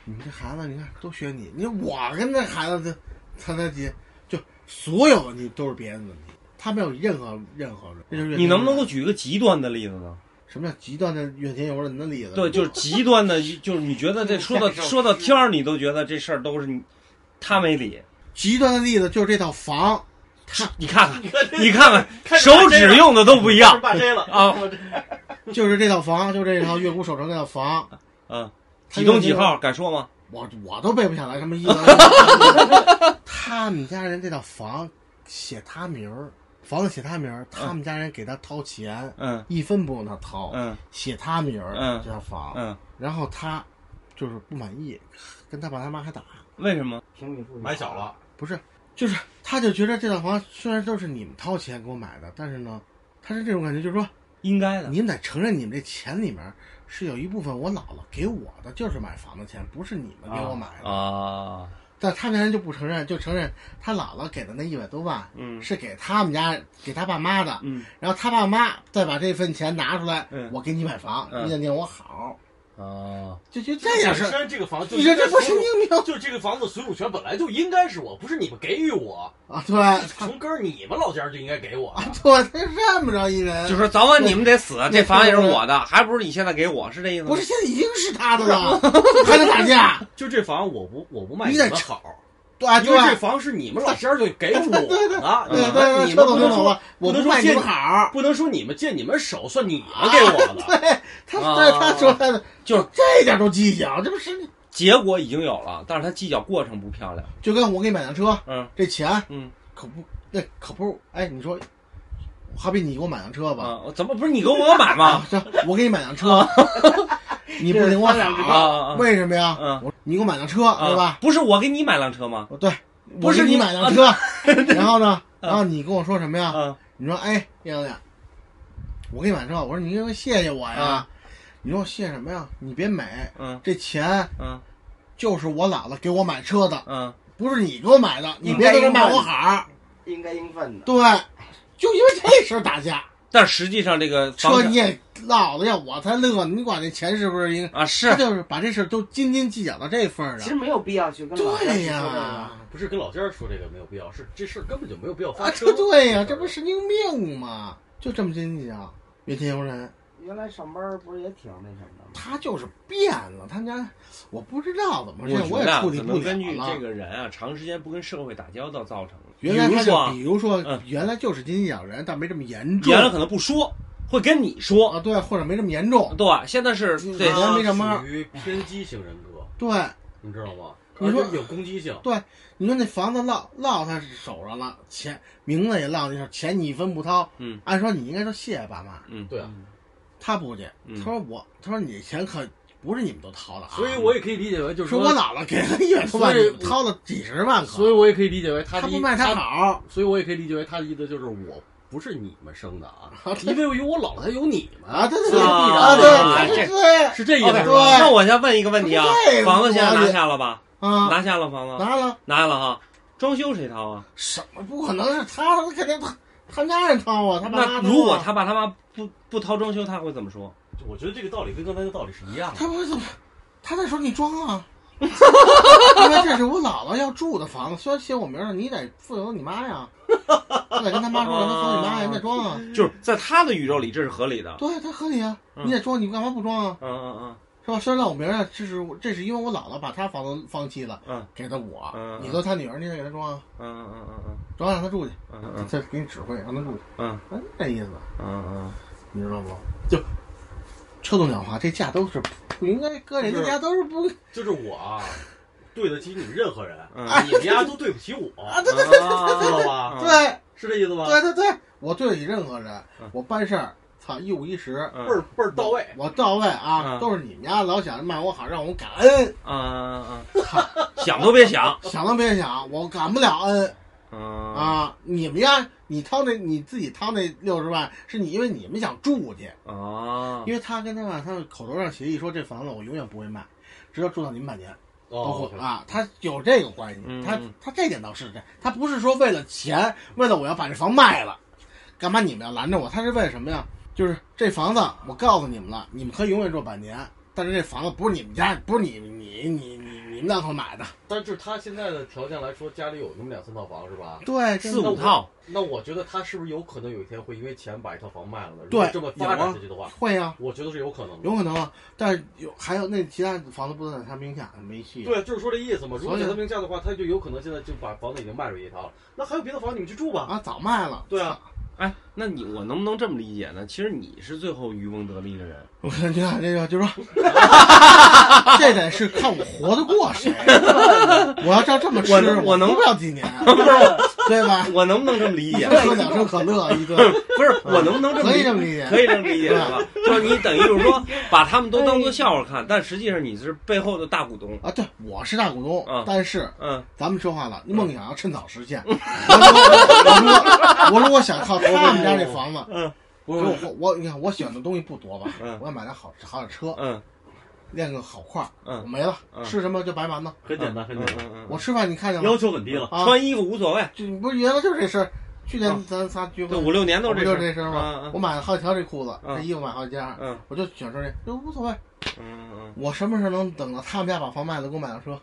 Speaker 2: 你们这孩子，你看都学你，你我跟这孩子他他他急，就所有问题都是别人的问题，他没有任何任何人。这就是怨
Speaker 1: 你
Speaker 2: 天
Speaker 1: 能不
Speaker 2: 尤
Speaker 1: 能
Speaker 2: 人
Speaker 1: 够举一个极端的例子呢？
Speaker 2: 什么叫极端的怨天尤人的例子？
Speaker 1: 对，就是极端的，就是你觉得这说到说到天儿，你都觉得这事儿都是你他没理。
Speaker 2: 极端的例子，就是这套房，
Speaker 1: 你看看，你看看，手指用的都不一 样
Speaker 5: 把这了
Speaker 1: 啊。
Speaker 2: 就是这套房，就这套月谷守城这 套房，
Speaker 1: 嗯，几栋几号？敢说吗？
Speaker 2: 我我都背不下来 什么意思。他们家人这套房写他名儿，房子写他名儿，他们家人给他掏钱，
Speaker 8: 嗯
Speaker 2: 一分不用他掏，
Speaker 8: 嗯
Speaker 2: 写他名儿
Speaker 8: 嗯
Speaker 2: 这套房，
Speaker 8: 嗯，
Speaker 2: 然后他就是不满意，跟他爸他妈还打，
Speaker 8: 为什么？
Speaker 3: 平米数
Speaker 6: 买小了，
Speaker 2: 不是，就是他就觉得这套房虽然都是你们掏钱给我买的，但是呢，他是这种感觉，就是说
Speaker 8: 应该的，
Speaker 2: 您得承认你们这钱里面是有一部分我姥姥给我的，就是买房的钱，不是你们给我买的。
Speaker 1: 嗯
Speaker 8: 啊，
Speaker 2: 但他们家人就不承认，就承认他姥姥给的那一百多万
Speaker 1: 嗯
Speaker 2: 是给他们家给他爸妈的，
Speaker 8: 嗯
Speaker 2: 然后他爸妈再把这份钱拿出来，
Speaker 8: 嗯
Speaker 2: 我给你买房，
Speaker 8: 嗯
Speaker 2: 你得念我好，
Speaker 8: 啊，
Speaker 2: 就就这样
Speaker 6: 是
Speaker 2: 是。
Speaker 6: 这个房子，
Speaker 2: 你说这不神经病
Speaker 6: 就这个房子所有权本来就应该是我，不是你们给予我，
Speaker 2: 啊？对啊，
Speaker 6: 从根儿你们老家就应该给我。
Speaker 2: 对，他认不着一人，
Speaker 1: 就说早晚你们得死，啊这房也是我的，还不是你现在给我，是这意思吗？
Speaker 2: 不是，现在已经是他的了，还能打架？
Speaker 4: 就这房我不我不卖
Speaker 2: 你
Speaker 4: 你
Speaker 2: 得
Speaker 4: 们好，
Speaker 2: 对啊，
Speaker 4: 因
Speaker 2: 对
Speaker 4: 为
Speaker 2: 啊
Speaker 4: 这房是你们老家就给我
Speaker 6: 啊
Speaker 4: 的，
Speaker 2: 对对
Speaker 4: 你
Speaker 2: 对，
Speaker 4: 们你
Speaker 2: 车
Speaker 4: 们
Speaker 2: 总
Speaker 4: 不
Speaker 2: 听
Speaker 4: 能
Speaker 2: 懂
Speaker 4: 说
Speaker 2: 了，我
Speaker 4: 不能
Speaker 2: 不
Speaker 4: 说
Speaker 2: 卖你
Speaker 4: 见
Speaker 2: 不好。
Speaker 4: 不能说你们借你们手算你们给我的，
Speaker 2: 啊对，
Speaker 1: 啊
Speaker 2: 他对他说他的
Speaker 1: 就是
Speaker 2: 这点都计较，这不是
Speaker 1: 结果已经有了，但是他计较过程不漂亮。
Speaker 2: 就跟我给你买辆车，
Speaker 1: 嗯，
Speaker 2: 这钱，
Speaker 1: 嗯，
Speaker 2: 可不，那可不，哎，你说，好比你给我买辆车吧，啊
Speaker 1: 啊，我怎么不是你给我买 吗？
Speaker 2: 这我给你买辆车， 你不 领我
Speaker 1: 啊
Speaker 2: 好，
Speaker 1: 啊啊！
Speaker 2: 为什么呀？
Speaker 1: 嗯
Speaker 2: 我你给我买辆车，
Speaker 1: 啊
Speaker 2: 对吧？
Speaker 1: 不是我给你买辆车吗？
Speaker 2: 我对，
Speaker 1: 不是
Speaker 2: 我给你
Speaker 1: 你
Speaker 2: 买辆车， 然后呢，然后你跟我说什么呀？
Speaker 1: 啊
Speaker 2: 你说，哎，叶小姐，我给你买车，我说你应该谢谢我呀。
Speaker 1: 啊
Speaker 2: 你说我谢什么呀？你别美，
Speaker 1: 嗯
Speaker 2: 这钱
Speaker 1: 嗯
Speaker 2: 就是我姥姥给我买车的，
Speaker 1: 嗯，
Speaker 2: 不是你给我买的，你
Speaker 3: 应
Speaker 2: 别
Speaker 3: 该
Speaker 2: 跟人
Speaker 3: 应该
Speaker 2: 卖我好儿。
Speaker 3: 应该应分的。
Speaker 2: 对，就因为这事儿打架，
Speaker 1: 但实际上这个房
Speaker 2: 车
Speaker 1: 产
Speaker 2: 你也落了呀，我才乐呢。你管那钱是不是应？
Speaker 1: 啊是
Speaker 2: 他就是把这事儿都斤斤计较到这份儿
Speaker 3: 其实
Speaker 2: 上。
Speaker 3: 没有必要去跟老师
Speaker 2: 啊对呀、
Speaker 3: 说这个
Speaker 6: 不是跟老家儿说这个没有必要，是这事儿根本就没有必要发
Speaker 2: 啊，
Speaker 6: 生。
Speaker 2: 这对呀、这不是神经病吗？就这么斤斤计较，怨天尤人。
Speaker 3: 原来上班不是也挺那什么的吗？
Speaker 2: 他就是变了，他家我不知道怎么回事，
Speaker 1: 我
Speaker 2: 我
Speaker 1: 觉得
Speaker 2: 也
Speaker 1: 啊
Speaker 2: 处理
Speaker 1: 可
Speaker 2: 不
Speaker 1: 能
Speaker 2: 了
Speaker 1: 根据这
Speaker 2: 了。
Speaker 1: 个人啊，长时间不跟社会打交道造成的。
Speaker 2: 原来他
Speaker 1: 比如说
Speaker 2: 就
Speaker 1: 啊
Speaker 2: 比如说
Speaker 1: 嗯，
Speaker 2: 原来就是斤斤计较人，但没这么严重
Speaker 1: 原来可能不说，会跟你说。
Speaker 2: 啊，对，或者没这么严重。
Speaker 1: 对，现在是
Speaker 2: 嗯
Speaker 1: 对
Speaker 2: 啊
Speaker 6: 他
Speaker 2: 没什么
Speaker 6: 属于偏激型人格，
Speaker 2: 对，
Speaker 6: 你知道吗？
Speaker 2: 你说
Speaker 6: 而且有攻击性，
Speaker 2: 你说那房子落落他手上了，钱名字也落那上，钱你一分不掏，
Speaker 1: 嗯，
Speaker 2: 按说你应该说谢谢爸妈，
Speaker 6: 对
Speaker 3: 嗯
Speaker 6: 啊。
Speaker 2: 他不去，
Speaker 1: 嗯
Speaker 2: 他说我，他说你钱可不是你们都掏的啊，
Speaker 6: 所以我也可以理解为就是
Speaker 2: 说我姥姥给了一百多万，
Speaker 6: 所以
Speaker 2: 你们掏了几十万可，
Speaker 6: 所以我也可以理解为他的
Speaker 2: 他不
Speaker 6: 一
Speaker 2: 卖他好，
Speaker 6: 所以我也可以理解为他的意思就是我不是你们生的啊，因为有我姥姥，还有你 们
Speaker 2: 啊，对对
Speaker 6: 所以
Speaker 2: 对
Speaker 6: 必然
Speaker 2: 啊，对，他
Speaker 1: 这
Speaker 2: 是对啊
Speaker 6: 是这意思是吧？
Speaker 2: 对
Speaker 1: 那我先问一个问题啊
Speaker 2: 对，
Speaker 1: 房子现在拿下了吧？
Speaker 2: 啊，
Speaker 1: 拿下了房子，
Speaker 2: 拿了
Speaker 1: 拿下了哈。装修谁掏啊？
Speaker 2: 什么？不可能是他，他肯定他他家人掏啊，他爸妈
Speaker 1: 那
Speaker 2: 掏啊
Speaker 1: 如果他爸他妈不不掏装修，他会怎么说？
Speaker 6: 我觉得这个道理跟刚才的道理是一样的。
Speaker 2: 他不会怎么，他在说你装啊。 因为这是我姥姥要住的房子，虽然写我名儿，你得负责你妈呀。他得跟他妈说，让他负责你妈呀，你得装啊。
Speaker 1: 就是在他的宇宙里，这是合理的。
Speaker 2: 对，他合理啊，你得装，你干嘛不装啊？
Speaker 1: 嗯嗯
Speaker 2: 是吧？虽然在我名儿上，这是我这是因为我姥姥把他房子放弃了，
Speaker 1: 嗯，
Speaker 2: 给的我，
Speaker 1: 嗯嗯
Speaker 2: 你都他女儿，你得给他装啊，
Speaker 1: 嗯嗯嗯嗯
Speaker 2: 装让他住去，
Speaker 1: 嗯嗯嗯
Speaker 2: 再给你指挥，让他住去，
Speaker 1: 嗯
Speaker 2: 哎，这意思。
Speaker 1: 嗯
Speaker 2: 你知道吗？就车动讲话，这架都是不应该搁人家家都是不
Speaker 6: 就是我啊，对得起你们任何人，
Speaker 1: 嗯
Speaker 6: 你们家都对不起我，
Speaker 2: 啊，对对对
Speaker 6: 知道
Speaker 1: 嗯。
Speaker 6: 吧？
Speaker 2: 对
Speaker 6: 是这意思吧？
Speaker 2: 对对对，我对得起任何人
Speaker 1: 嗯，
Speaker 2: 我办事儿操一五一十，
Speaker 4: 嗯
Speaker 6: 倍儿倍儿到位。
Speaker 2: 我到位啊，
Speaker 1: 嗯
Speaker 2: 都是你们家老想着骂我好，让我感恩，
Speaker 1: 嗯嗯嗯，想都别想。
Speaker 2: 想都别想，我感不了恩
Speaker 1: 嗯，
Speaker 2: 啊！你们家你掏那你自己掏那六十万，是你因为你们想住去，
Speaker 1: 啊，
Speaker 2: 因为他跟他爸他们口头上协议说这房子我永远不会卖，直到住到你们半年。包
Speaker 6: 哦
Speaker 2: 括，啊，他有这个关系，
Speaker 1: 嗯
Speaker 2: 他
Speaker 1: 嗯
Speaker 2: 他这点倒是这，他不是说为了钱，为了我要把这房卖了，干嘛你们要拦着我？他是为什么呀？就是这房子，我告诉你们了，你们可以永远住半年，但是这房子不是你们家，不是你你你你你们两口买的，
Speaker 6: 但是他现在的条件来说，家里有那么两三套房是吧？
Speaker 2: 对，
Speaker 1: 四
Speaker 6: 的
Speaker 1: 五套，
Speaker 6: 那我觉得他是不是有可能有一天会因为钱把一套房卖了呢？如
Speaker 2: 对
Speaker 6: 果这么发
Speaker 2: 有
Speaker 6: 展
Speaker 2: 啊
Speaker 6: 下去的话，
Speaker 2: 会呀、
Speaker 6: 我觉得是有可能的
Speaker 2: 有。可能啊，但是有还有那其他房子不在他名下，没戏。
Speaker 6: 对，就是说这意思嘛。如
Speaker 2: 所
Speaker 6: 果
Speaker 2: 以
Speaker 6: 在他名下的话，他就有可能现在就把房子已经卖出去一套了。那还有别的房，你们去住吧。
Speaker 2: 啊，早卖了。
Speaker 6: 对啊，
Speaker 1: 哎，那你我能不能这么理解呢？其实你是最后渔翁得利的人。
Speaker 2: 我感觉啊，这个就 是说，这得是看我活得过谁。我要照这么吃，
Speaker 1: 我能我能
Speaker 2: 活不了几年。
Speaker 1: 不是，
Speaker 2: 对吧？
Speaker 1: 我能不能这么理 解？
Speaker 2: 喝两升可乐一 顿，
Speaker 1: 不是，我能不能这么
Speaker 2: 可
Speaker 1: 理
Speaker 2: 以啊
Speaker 1: 解？
Speaker 2: 这么理解。
Speaker 1: 可以这么理解是吧？就是你等于就是说，把他们都当做笑话看，但实际上你是背后的大股东。
Speaker 2: 啊，对，我是大股东，
Speaker 1: 嗯
Speaker 2: 但是
Speaker 1: 嗯，
Speaker 2: 咱们说话了，梦想要趁早 实现。我如果我如果想靠他们家这房子，
Speaker 1: 嗯
Speaker 2: 给我我我你看我选的东西不多吧，
Speaker 1: 嗯
Speaker 2: 我要买辆好好点车，
Speaker 1: 嗯
Speaker 2: 练个好块儿，
Speaker 1: 嗯
Speaker 2: 我没了，
Speaker 1: 嗯
Speaker 2: 吃什么就白馒头，
Speaker 4: 很简单，很
Speaker 1: 嗯
Speaker 4: 简单，
Speaker 1: 嗯
Speaker 2: 我吃饭你看见
Speaker 4: 要
Speaker 2: 吗？
Speaker 4: 求很低了。
Speaker 1: 嗯，
Speaker 2: 啊，
Speaker 1: 穿衣服无所谓，
Speaker 2: 就你不是原来就是这事儿，去
Speaker 4: 嗯
Speaker 2: 年咱仨聚会
Speaker 1: 这五六年都
Speaker 2: 不
Speaker 1: 是
Speaker 2: 就
Speaker 1: 事
Speaker 2: 这身
Speaker 1: 儿
Speaker 2: 吗
Speaker 4: 啊
Speaker 1: 嗯？
Speaker 2: 我买了好几条这裤子，
Speaker 1: 嗯
Speaker 2: 这衣服买好几件儿，
Speaker 1: 嗯
Speaker 2: 我就喜欢穿这，这无所谓。
Speaker 1: 嗯嗯
Speaker 2: 我什么时候能等到他们家把房卖了，给我买辆车？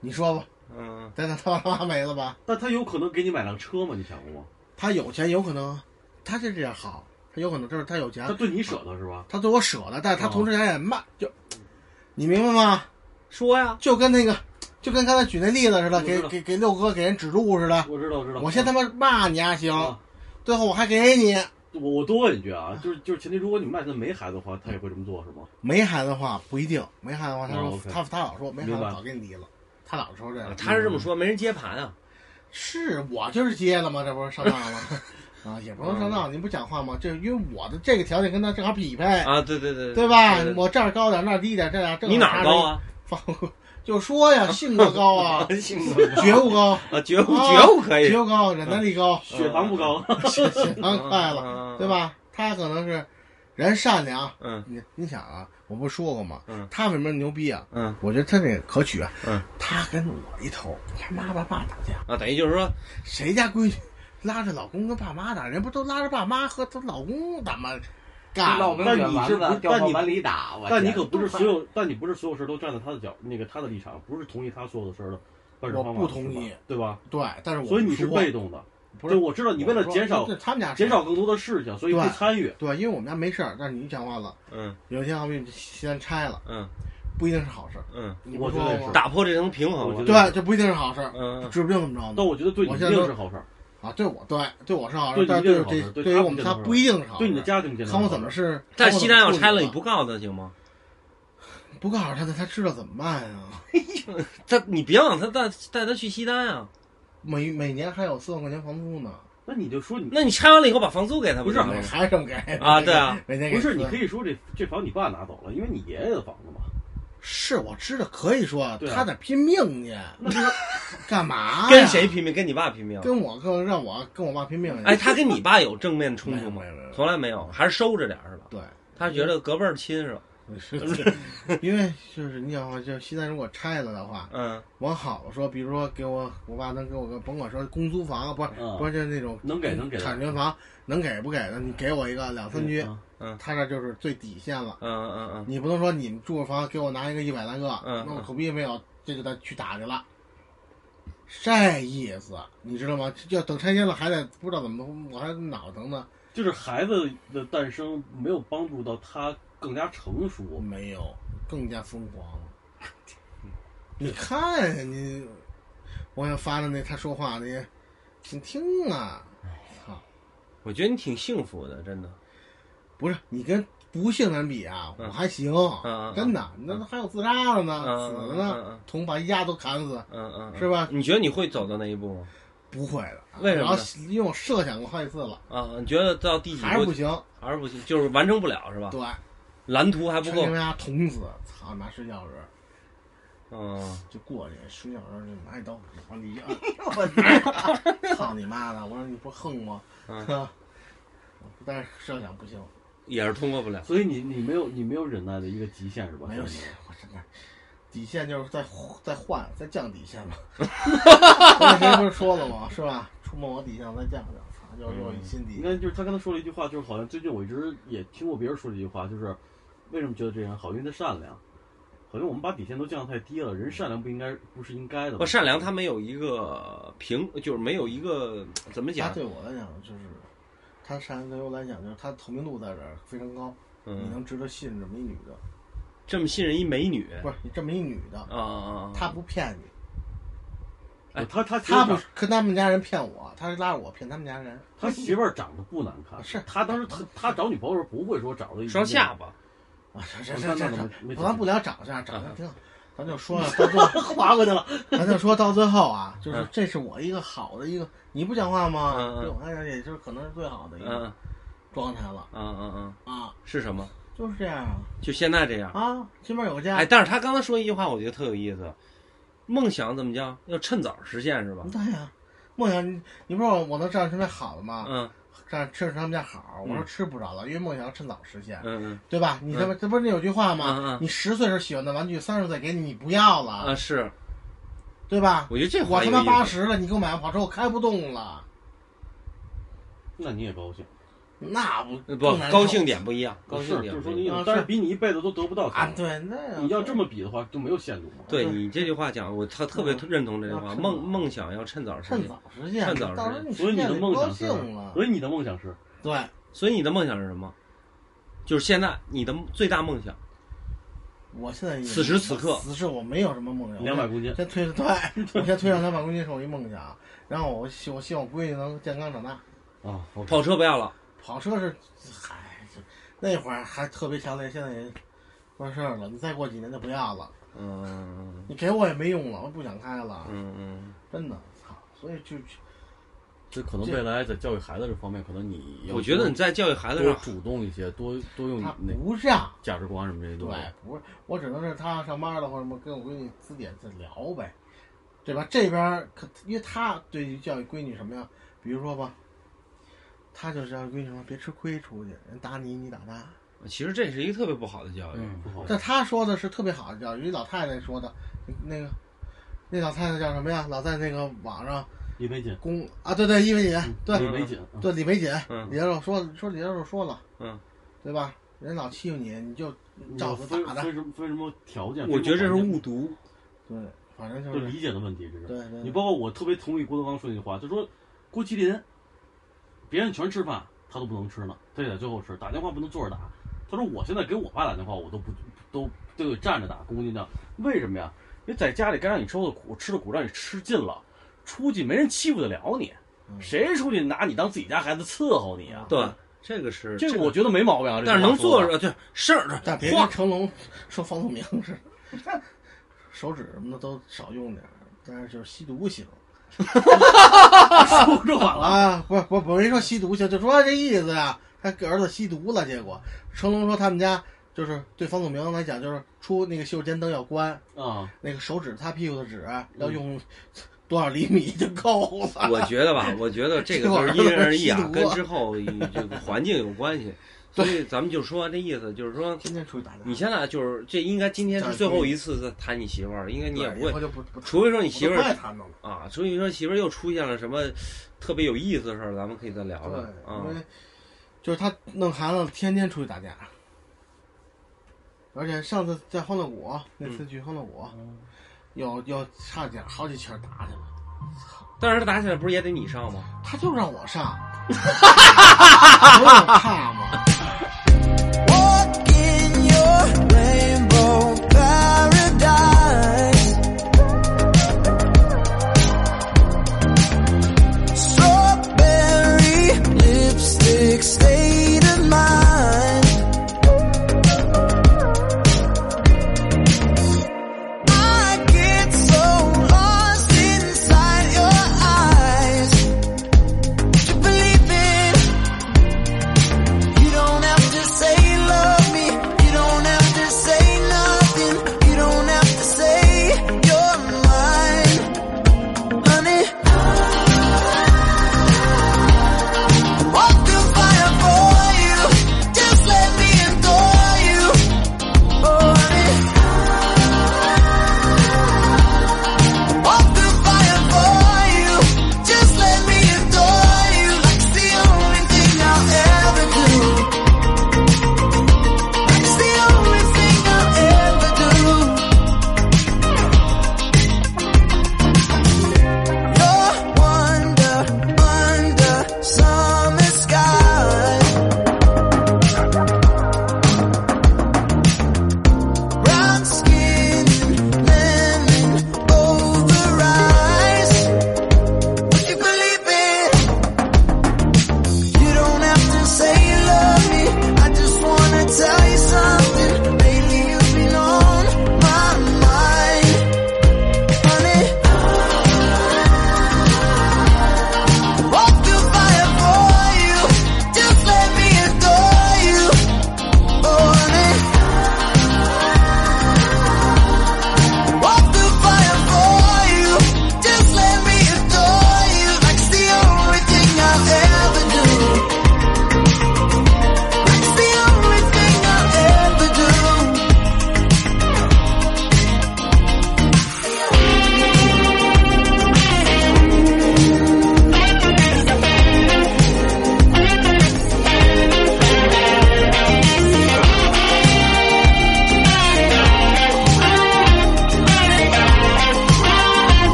Speaker 2: 你说吧，
Speaker 1: 嗯嗯
Speaker 2: 等等他爸他妈没了吧？
Speaker 4: 但他有可能给你买辆车吗？你想过吗？
Speaker 2: 他有钱有可能，他就这样好，他有可能这是他有
Speaker 4: 他
Speaker 2: 钱，
Speaker 4: 对你舍得是吧？
Speaker 2: 他对我舍得，但是他同时他也慢，就你明白吗？
Speaker 1: 说呀，
Speaker 2: 就跟那个，就跟刚才举那例子似的，
Speaker 4: 我知
Speaker 2: 给
Speaker 4: 道
Speaker 2: 给给六哥给人指路似的，
Speaker 4: 我知道，我知道。
Speaker 2: 啊我先他妈骂你还行
Speaker 4: 啊，
Speaker 2: 最后我还给你。
Speaker 4: 我我多问一句啊，就是就是前提，如果你卖他没孩子的话，他也会这么做是吗？
Speaker 2: 没孩子的话不一定，没孩子的话，他说、
Speaker 4: 哦，OK
Speaker 2: 他他老说没孩子
Speaker 4: 明白
Speaker 2: 早跟你离了，他老说这个。
Speaker 1: 他是这么说，没人接盘啊。
Speaker 2: 是我就是接了吗？这不是上当了吗？啊，也不能上当，你不讲话吗？这因为我的这个条件跟他正好匹配，
Speaker 1: 啊，对对对，
Speaker 2: 哎对吧？
Speaker 1: 对对
Speaker 2: 我这儿高点，那儿低点，这俩正好
Speaker 1: 你哪儿高啊？，
Speaker 2: 差着一？放就说呀，性格高啊
Speaker 1: 性格
Speaker 2: 觉悟高，
Speaker 1: 啊，觉悟
Speaker 2: 啊
Speaker 1: 觉悟可以
Speaker 2: 觉，悟高，忍耐力高，
Speaker 4: 血糖不高，
Speaker 2: 血血糖快了，
Speaker 4: 嗯
Speaker 1: 了
Speaker 2: 对？吧？他可能是人善良，
Speaker 1: 嗯
Speaker 2: 你你想啊，我不是说过吗？
Speaker 1: 嗯
Speaker 2: 他为什么牛逼啊？
Speaker 1: 嗯
Speaker 2: 我觉得他这个可取啊。
Speaker 1: 嗯，
Speaker 2: 他跟我一头，你看妈爸爸打架，
Speaker 1: 啊，等于就是说，
Speaker 2: 谁家闺女拉着老公跟爸妈打，人不都拉着爸妈和她老公打吗？干
Speaker 3: 老公
Speaker 4: 但
Speaker 3: 卷
Speaker 4: 你
Speaker 3: 丸
Speaker 4: 是不
Speaker 3: 子掉
Speaker 4: 但
Speaker 3: 到
Speaker 4: 你
Speaker 3: 碗里打，我
Speaker 4: 但你
Speaker 3: 天
Speaker 4: 可不是所有，但你不是所有事都站在他的角，那个他的立场，不是同意他所有的事儿的办事方法，
Speaker 2: 我不同意
Speaker 4: 是吧，对吧？
Speaker 2: 对，但是我
Speaker 4: 所以你是
Speaker 2: 不说
Speaker 4: 被动的，
Speaker 2: 不是
Speaker 4: 就我知道你为了减少
Speaker 2: 我说这他们家事
Speaker 4: 减少更多的事情，所以不
Speaker 2: 对
Speaker 4: 参与。
Speaker 2: 对，因为我们家没事儿，但是你讲话了，
Speaker 1: 嗯
Speaker 2: 有一天好比西安拆了，
Speaker 1: 嗯
Speaker 2: 不一定是好事儿，
Speaker 1: 嗯，
Speaker 2: 你
Speaker 4: 我
Speaker 2: 不
Speaker 4: 觉
Speaker 2: 说
Speaker 4: 得也
Speaker 2: 吗
Speaker 4: 是？
Speaker 1: 打破这层平衡
Speaker 4: 我觉
Speaker 1: 了，
Speaker 2: 对，
Speaker 4: 得
Speaker 2: 这不一定是好事儿，
Speaker 1: 嗯
Speaker 2: 指不定怎么着呢
Speaker 4: 但我觉得对你
Speaker 2: 我
Speaker 4: 一
Speaker 2: 现在都
Speaker 4: 定是好事儿，
Speaker 2: 啊！对我对对我是好事
Speaker 4: 对
Speaker 2: 儿，但
Speaker 4: 你一定是
Speaker 2: 是
Speaker 4: 好
Speaker 2: 对
Speaker 4: 事儿
Speaker 2: 这
Speaker 4: 对
Speaker 2: 对于
Speaker 4: 他
Speaker 2: 我
Speaker 4: 不
Speaker 2: 们
Speaker 4: 一定
Speaker 2: 仨
Speaker 4: 是好
Speaker 2: 不一定是好事儿，
Speaker 4: 对你的家庭健康。
Speaker 2: 看我怎么是，
Speaker 1: 但
Speaker 2: 看我
Speaker 1: 西
Speaker 2: 怎
Speaker 1: 单
Speaker 2: 么
Speaker 1: 要
Speaker 2: 处理
Speaker 1: 拆了，
Speaker 2: 吧
Speaker 1: 你不告诉他行吗？
Speaker 2: 不告诉他，他他知道怎么办啊？
Speaker 1: 他，你别往他带带他去西单啊。
Speaker 2: 每每年还有四万块钱房租呢，
Speaker 4: 那你就说你
Speaker 1: 那你拆完了以后把房租给他
Speaker 4: 不是
Speaker 1: 就
Speaker 4: 啊
Speaker 1: 完
Speaker 2: 每
Speaker 1: 了吗
Speaker 2: 还这么给
Speaker 1: 啊？对，啊，
Speaker 2: 每年给
Speaker 4: 不是，你
Speaker 2: 四
Speaker 4: 可以说这这房你爸拿走了，因为你爷爷的房子嘛。
Speaker 2: 是我知道可以说
Speaker 4: 对啊
Speaker 2: 他得拼命去， 干嘛呀
Speaker 1: 跟谁？拼命？跟你爸拼命？
Speaker 2: 跟我跟让我跟我爸拼命去。
Speaker 1: 哎，他跟你爸有正面冲
Speaker 2: 没
Speaker 1: 突
Speaker 2: 有
Speaker 1: 吗
Speaker 2: 没？有没有，
Speaker 1: 从来没有，还是收着点儿是吧？
Speaker 2: 对。
Speaker 1: 他觉得隔辈儿亲是吧？
Speaker 2: 是， 因为就是你想话，啊就是西单如果拆了的话，
Speaker 1: 嗯
Speaker 2: 往好了说，比如说给我我爸能给我个，甭管说公租房啊，不是、
Speaker 4: 嗯
Speaker 2: 不是就是那种
Speaker 4: 能给能给的
Speaker 2: 产权房，能给不给的，你给我一个两三居，
Speaker 4: 嗯
Speaker 1: 嗯
Speaker 2: 他这就是最底线了。
Speaker 1: 嗯嗯
Speaker 2: 你不能说你们住房给我拿一个一百来个，
Speaker 1: 嗯
Speaker 2: 那我
Speaker 1: 嗯
Speaker 2: 可逼没有，这就得去打去了。这意思你知道吗？要等拆迁了还得不知道怎么，我还脑疼呢。
Speaker 4: 就是孩子的诞生没有帮助到他更加成
Speaker 2: 我
Speaker 4: 熟。
Speaker 2: 没有，更加疯狂了。你看呀，你，我想发的那他说话那些，你听啊，操，
Speaker 1: 嗯，我觉得你挺幸福的，真的。
Speaker 2: 不是你跟不幸人比啊，
Speaker 1: 嗯
Speaker 2: 我还行
Speaker 1: 嗯，
Speaker 2: 真的，那还有自杀的呢，
Speaker 1: 嗯
Speaker 2: 啊死的
Speaker 1: 嗯嗯
Speaker 2: 呢
Speaker 1: 嗯，
Speaker 2: 同把一家都砍死，
Speaker 1: 嗯嗯，嗯
Speaker 2: 是吧
Speaker 1: 你觉得你会走到那一步吗？
Speaker 2: 不会的。
Speaker 1: 为什么呢
Speaker 2: 然后因为我设想过好几次了，
Speaker 1: 啊，你觉得到第几
Speaker 2: 还是
Speaker 1: 步
Speaker 2: 不行，
Speaker 1: 还是不行，就是完成不了是吧？
Speaker 2: 对，
Speaker 1: 蓝图啊还不
Speaker 2: 全
Speaker 1: 够
Speaker 2: 他。妈捅死，操，拿睡觉时
Speaker 1: 嗯，
Speaker 2: 就过去，睡觉时候就拿一刀 往里一按。操你妈的！我说你不横吗？
Speaker 1: 嗯
Speaker 2: 但是设想不行，
Speaker 1: 也是通过不了。
Speaker 4: 所以你你没有你没有忍耐的一个极限是吧？
Speaker 2: 没有，我真的底线就是再再换再降底线嘛。那谁不是说了吗？是吧？触摸我底线再降降，操，又又一新
Speaker 4: 你
Speaker 2: 底。
Speaker 4: 看，就是他刚才说了一句话，就是好像最近我一直也听过别人说这句话，就是为什么觉得这人好，因为他善良。好像我们把底线都降得太低了，人善良不应该不是应该的吗。
Speaker 1: 不，善良他没有一个平，就是没有一个怎么
Speaker 2: 他
Speaker 1: 讲？
Speaker 2: 对我来讲就是，他善良对我来讲就是他透明度在这儿非常高，你
Speaker 1: 嗯，
Speaker 2: 能值得信任这么一女的，
Speaker 1: 这么信任一美女
Speaker 2: 不是你这么一女的，
Speaker 1: 啊啊啊！
Speaker 2: 她不骗你，
Speaker 4: 哎，他他媳妇
Speaker 2: 她
Speaker 4: 儿
Speaker 2: 不
Speaker 4: 长
Speaker 2: 是跟他们家人骗我，她是拉着我骗他们家人。
Speaker 4: 他媳妇儿长得不难看，
Speaker 2: 是
Speaker 4: 他当时他他找女朋友的时候不会说找了一个
Speaker 1: 双下巴，
Speaker 2: 啊，这这这
Speaker 4: 那那
Speaker 2: 这，
Speaker 4: 没
Speaker 2: 咱不聊长相，长相挺好，咱就说到最后，
Speaker 4: 划过去了，
Speaker 2: 咱就说到最后啊，就是
Speaker 1: 嗯
Speaker 2: 这是我一个好的一个，你不讲话吗？
Speaker 1: 嗯嗯
Speaker 2: 对我来讲，也就是可能是最好的一个
Speaker 1: 嗯
Speaker 2: 状态了
Speaker 1: 嗯嗯嗯，
Speaker 2: 啊，
Speaker 1: 是什么？
Speaker 2: 就是这样啊
Speaker 1: 就现在这样。
Speaker 2: 啊，前面有个家
Speaker 1: 哎，，但是他刚才说一句话，我觉得特有意思。梦想怎么叫？要趁早实现是吧？
Speaker 2: 对呀，梦想，你你不知道我能站他们家好的吗？
Speaker 1: 嗯
Speaker 2: 站吃他们家好，我说
Speaker 1: 嗯
Speaker 2: 吃不着了，因为梦想要趁早实现，
Speaker 1: 嗯嗯
Speaker 2: 对吧？你他妈这不是那有句话
Speaker 1: 嗯
Speaker 2: 吗
Speaker 1: 嗯？
Speaker 2: 你十岁时候喜欢的玩具，三十岁给你你不要了，
Speaker 1: 啊，是，
Speaker 2: 对吧？
Speaker 1: 我觉得这
Speaker 2: 我
Speaker 1: 话
Speaker 2: 他
Speaker 1: 有
Speaker 2: 妈
Speaker 1: 意
Speaker 2: 八
Speaker 1: 思。
Speaker 2: 十了，你给我买个跑车，我开不动了，
Speaker 4: 那你也高兴，
Speaker 2: 那不
Speaker 1: 呃
Speaker 2: 更
Speaker 1: 不
Speaker 2: 难，受
Speaker 1: 高兴点不一样，高
Speaker 4: 是
Speaker 1: 兴
Speaker 4: 就
Speaker 1: 点
Speaker 4: 是
Speaker 1: 不
Speaker 4: 说
Speaker 1: 一样。
Speaker 4: 你
Speaker 2: 啊，
Speaker 4: 但
Speaker 2: 是
Speaker 4: 是比你一辈子都得不到
Speaker 2: 啊？
Speaker 4: 钱。
Speaker 2: 对，那
Speaker 4: 你要这么比的话，就没有限度嘛。
Speaker 1: 对你这句话讲，我特特别认同这句
Speaker 2: 嗯要
Speaker 1: 话。
Speaker 2: 趁早
Speaker 1: 梦梦想要趁早实
Speaker 2: 趁
Speaker 1: 现，
Speaker 2: 早实现，
Speaker 1: 趁早实现
Speaker 2: 到时候你
Speaker 4: 所以
Speaker 2: 实
Speaker 4: 你
Speaker 2: 现
Speaker 4: 的
Speaker 2: 了
Speaker 4: 梦
Speaker 2: 高
Speaker 4: 想是
Speaker 2: 兴
Speaker 4: 什么，
Speaker 2: 了，
Speaker 4: 所以你的梦想是
Speaker 2: 对，
Speaker 1: 所以你的梦想是什么？就是现在你的最大梦想。
Speaker 2: 我现在也
Speaker 1: 此时此刻
Speaker 2: 此时我没有什么梦想，
Speaker 4: 两百公斤。
Speaker 2: 先推对，我先推上两百公斤是我一梦想，然后我希我希望我闺女能健康长大。
Speaker 4: 啊，我
Speaker 1: 跑车不要了，
Speaker 2: 跑车是，嗨，就那会儿还特别强烈，现在也完事儿了。你再过几年就不要了，
Speaker 1: 嗯
Speaker 2: 你给我也没用了，我不想开了，
Speaker 1: 嗯嗯，
Speaker 2: 真的，操！所以就
Speaker 4: 这可能未来在教育孩子这方面，可能你要
Speaker 1: 我觉得你在教育孩子
Speaker 4: 多
Speaker 1: 上，
Speaker 4: 主动一些，多多用
Speaker 2: 他
Speaker 4: 那
Speaker 2: 不让，
Speaker 4: 价值观什么这些
Speaker 2: 对
Speaker 4: 东西。，
Speaker 2: 不是，我只能是他上班了或者什么，跟我闺女私底下再聊呗，对吧？这边儿可因为他对于教育闺女什么呀，比如说吧，他就是要闺女说别吃亏出去，人打你你打他。
Speaker 1: 其实这是一个特别不好的教育。
Speaker 4: 不好。
Speaker 2: 嗯但他说的是特别好的教育，老太太说的，那个那老太太叫什么呀？老在那个网上
Speaker 4: 李玫瑾，
Speaker 2: 公啊，对对，一美锦，对
Speaker 4: 李玫瑾，啊
Speaker 2: 对，李玫瑾，
Speaker 1: 嗯
Speaker 2: 李教授说说李教授说了，
Speaker 1: 嗯，
Speaker 2: 对吧？人老欺负你，你就照
Speaker 4: 你
Speaker 2: 着
Speaker 4: 分
Speaker 2: 打的，
Speaker 4: 分什么分什么条件？
Speaker 1: 我觉得这是
Speaker 4: 分什么
Speaker 1: 误读，
Speaker 4: 嗯
Speaker 2: 对，反正
Speaker 4: 环
Speaker 2: 就
Speaker 4: 境
Speaker 2: 是
Speaker 4: 就理解的问题，这是。
Speaker 2: 对对
Speaker 4: 你
Speaker 2: 对，
Speaker 4: 包括我特别同意郭德纲说那句话，就说郭麒麟，别人全吃饭，他都不能吃呢，他也得最后吃。打电话不能坐着打。他说我现在给我爸打电话，我都不都都得站着打，恭恭敬敬。为什么呀？因为在家里该让你受的苦，吃的苦让你吃尽了，出去没人欺负得了你。
Speaker 2: 嗯
Speaker 4: 谁出去拿你当自己家孩子伺候你啊？
Speaker 1: 对，这个是
Speaker 4: 这个我觉得没毛病啊。
Speaker 1: 但是能做
Speaker 4: 着，
Speaker 1: 着，对事儿
Speaker 2: 但别跟成龙说房祖名似的，手指什么的都少用点儿，但是就是吸毒行。
Speaker 4: 说不晚了。
Speaker 2: 啊，不是不是不没说吸毒去，就说这意思呀、他给儿子吸毒了，结果成龙说他们家就是对房祖名来讲，就是出那个袖间灯要关，
Speaker 4: 啊，
Speaker 2: 那个手指擦屁股的纸
Speaker 1: 嗯
Speaker 2: 要用多少厘米就够了。
Speaker 1: 我觉得 吧，我觉得这个都是因人而异啊，跟之后与这个环境有关系。所以咱们就说这意思，就是说
Speaker 2: 天天出去打架，
Speaker 1: 你现在就是这应该今天是最后一次再谈你媳妇儿，应该你也
Speaker 2: 对
Speaker 1: 不会
Speaker 2: 以，后就不不
Speaker 1: 除非说你
Speaker 2: 你
Speaker 1: 媳妇
Speaker 2: 不爱
Speaker 1: 儿
Speaker 2: 谈弄了。
Speaker 1: 啊，除非说媳妇儿又出现了什么特别有意思的事儿，咱们可以再聊聊
Speaker 2: 对，
Speaker 1: 啊
Speaker 2: 因。为就是他弄孩子天天出去打架，而且上次在欢乐谷那次去欢乐谷，有有差点好几起儿打起来。
Speaker 1: 但是他打起来不是也得你上吗？
Speaker 2: 他就让我上，我有差吗？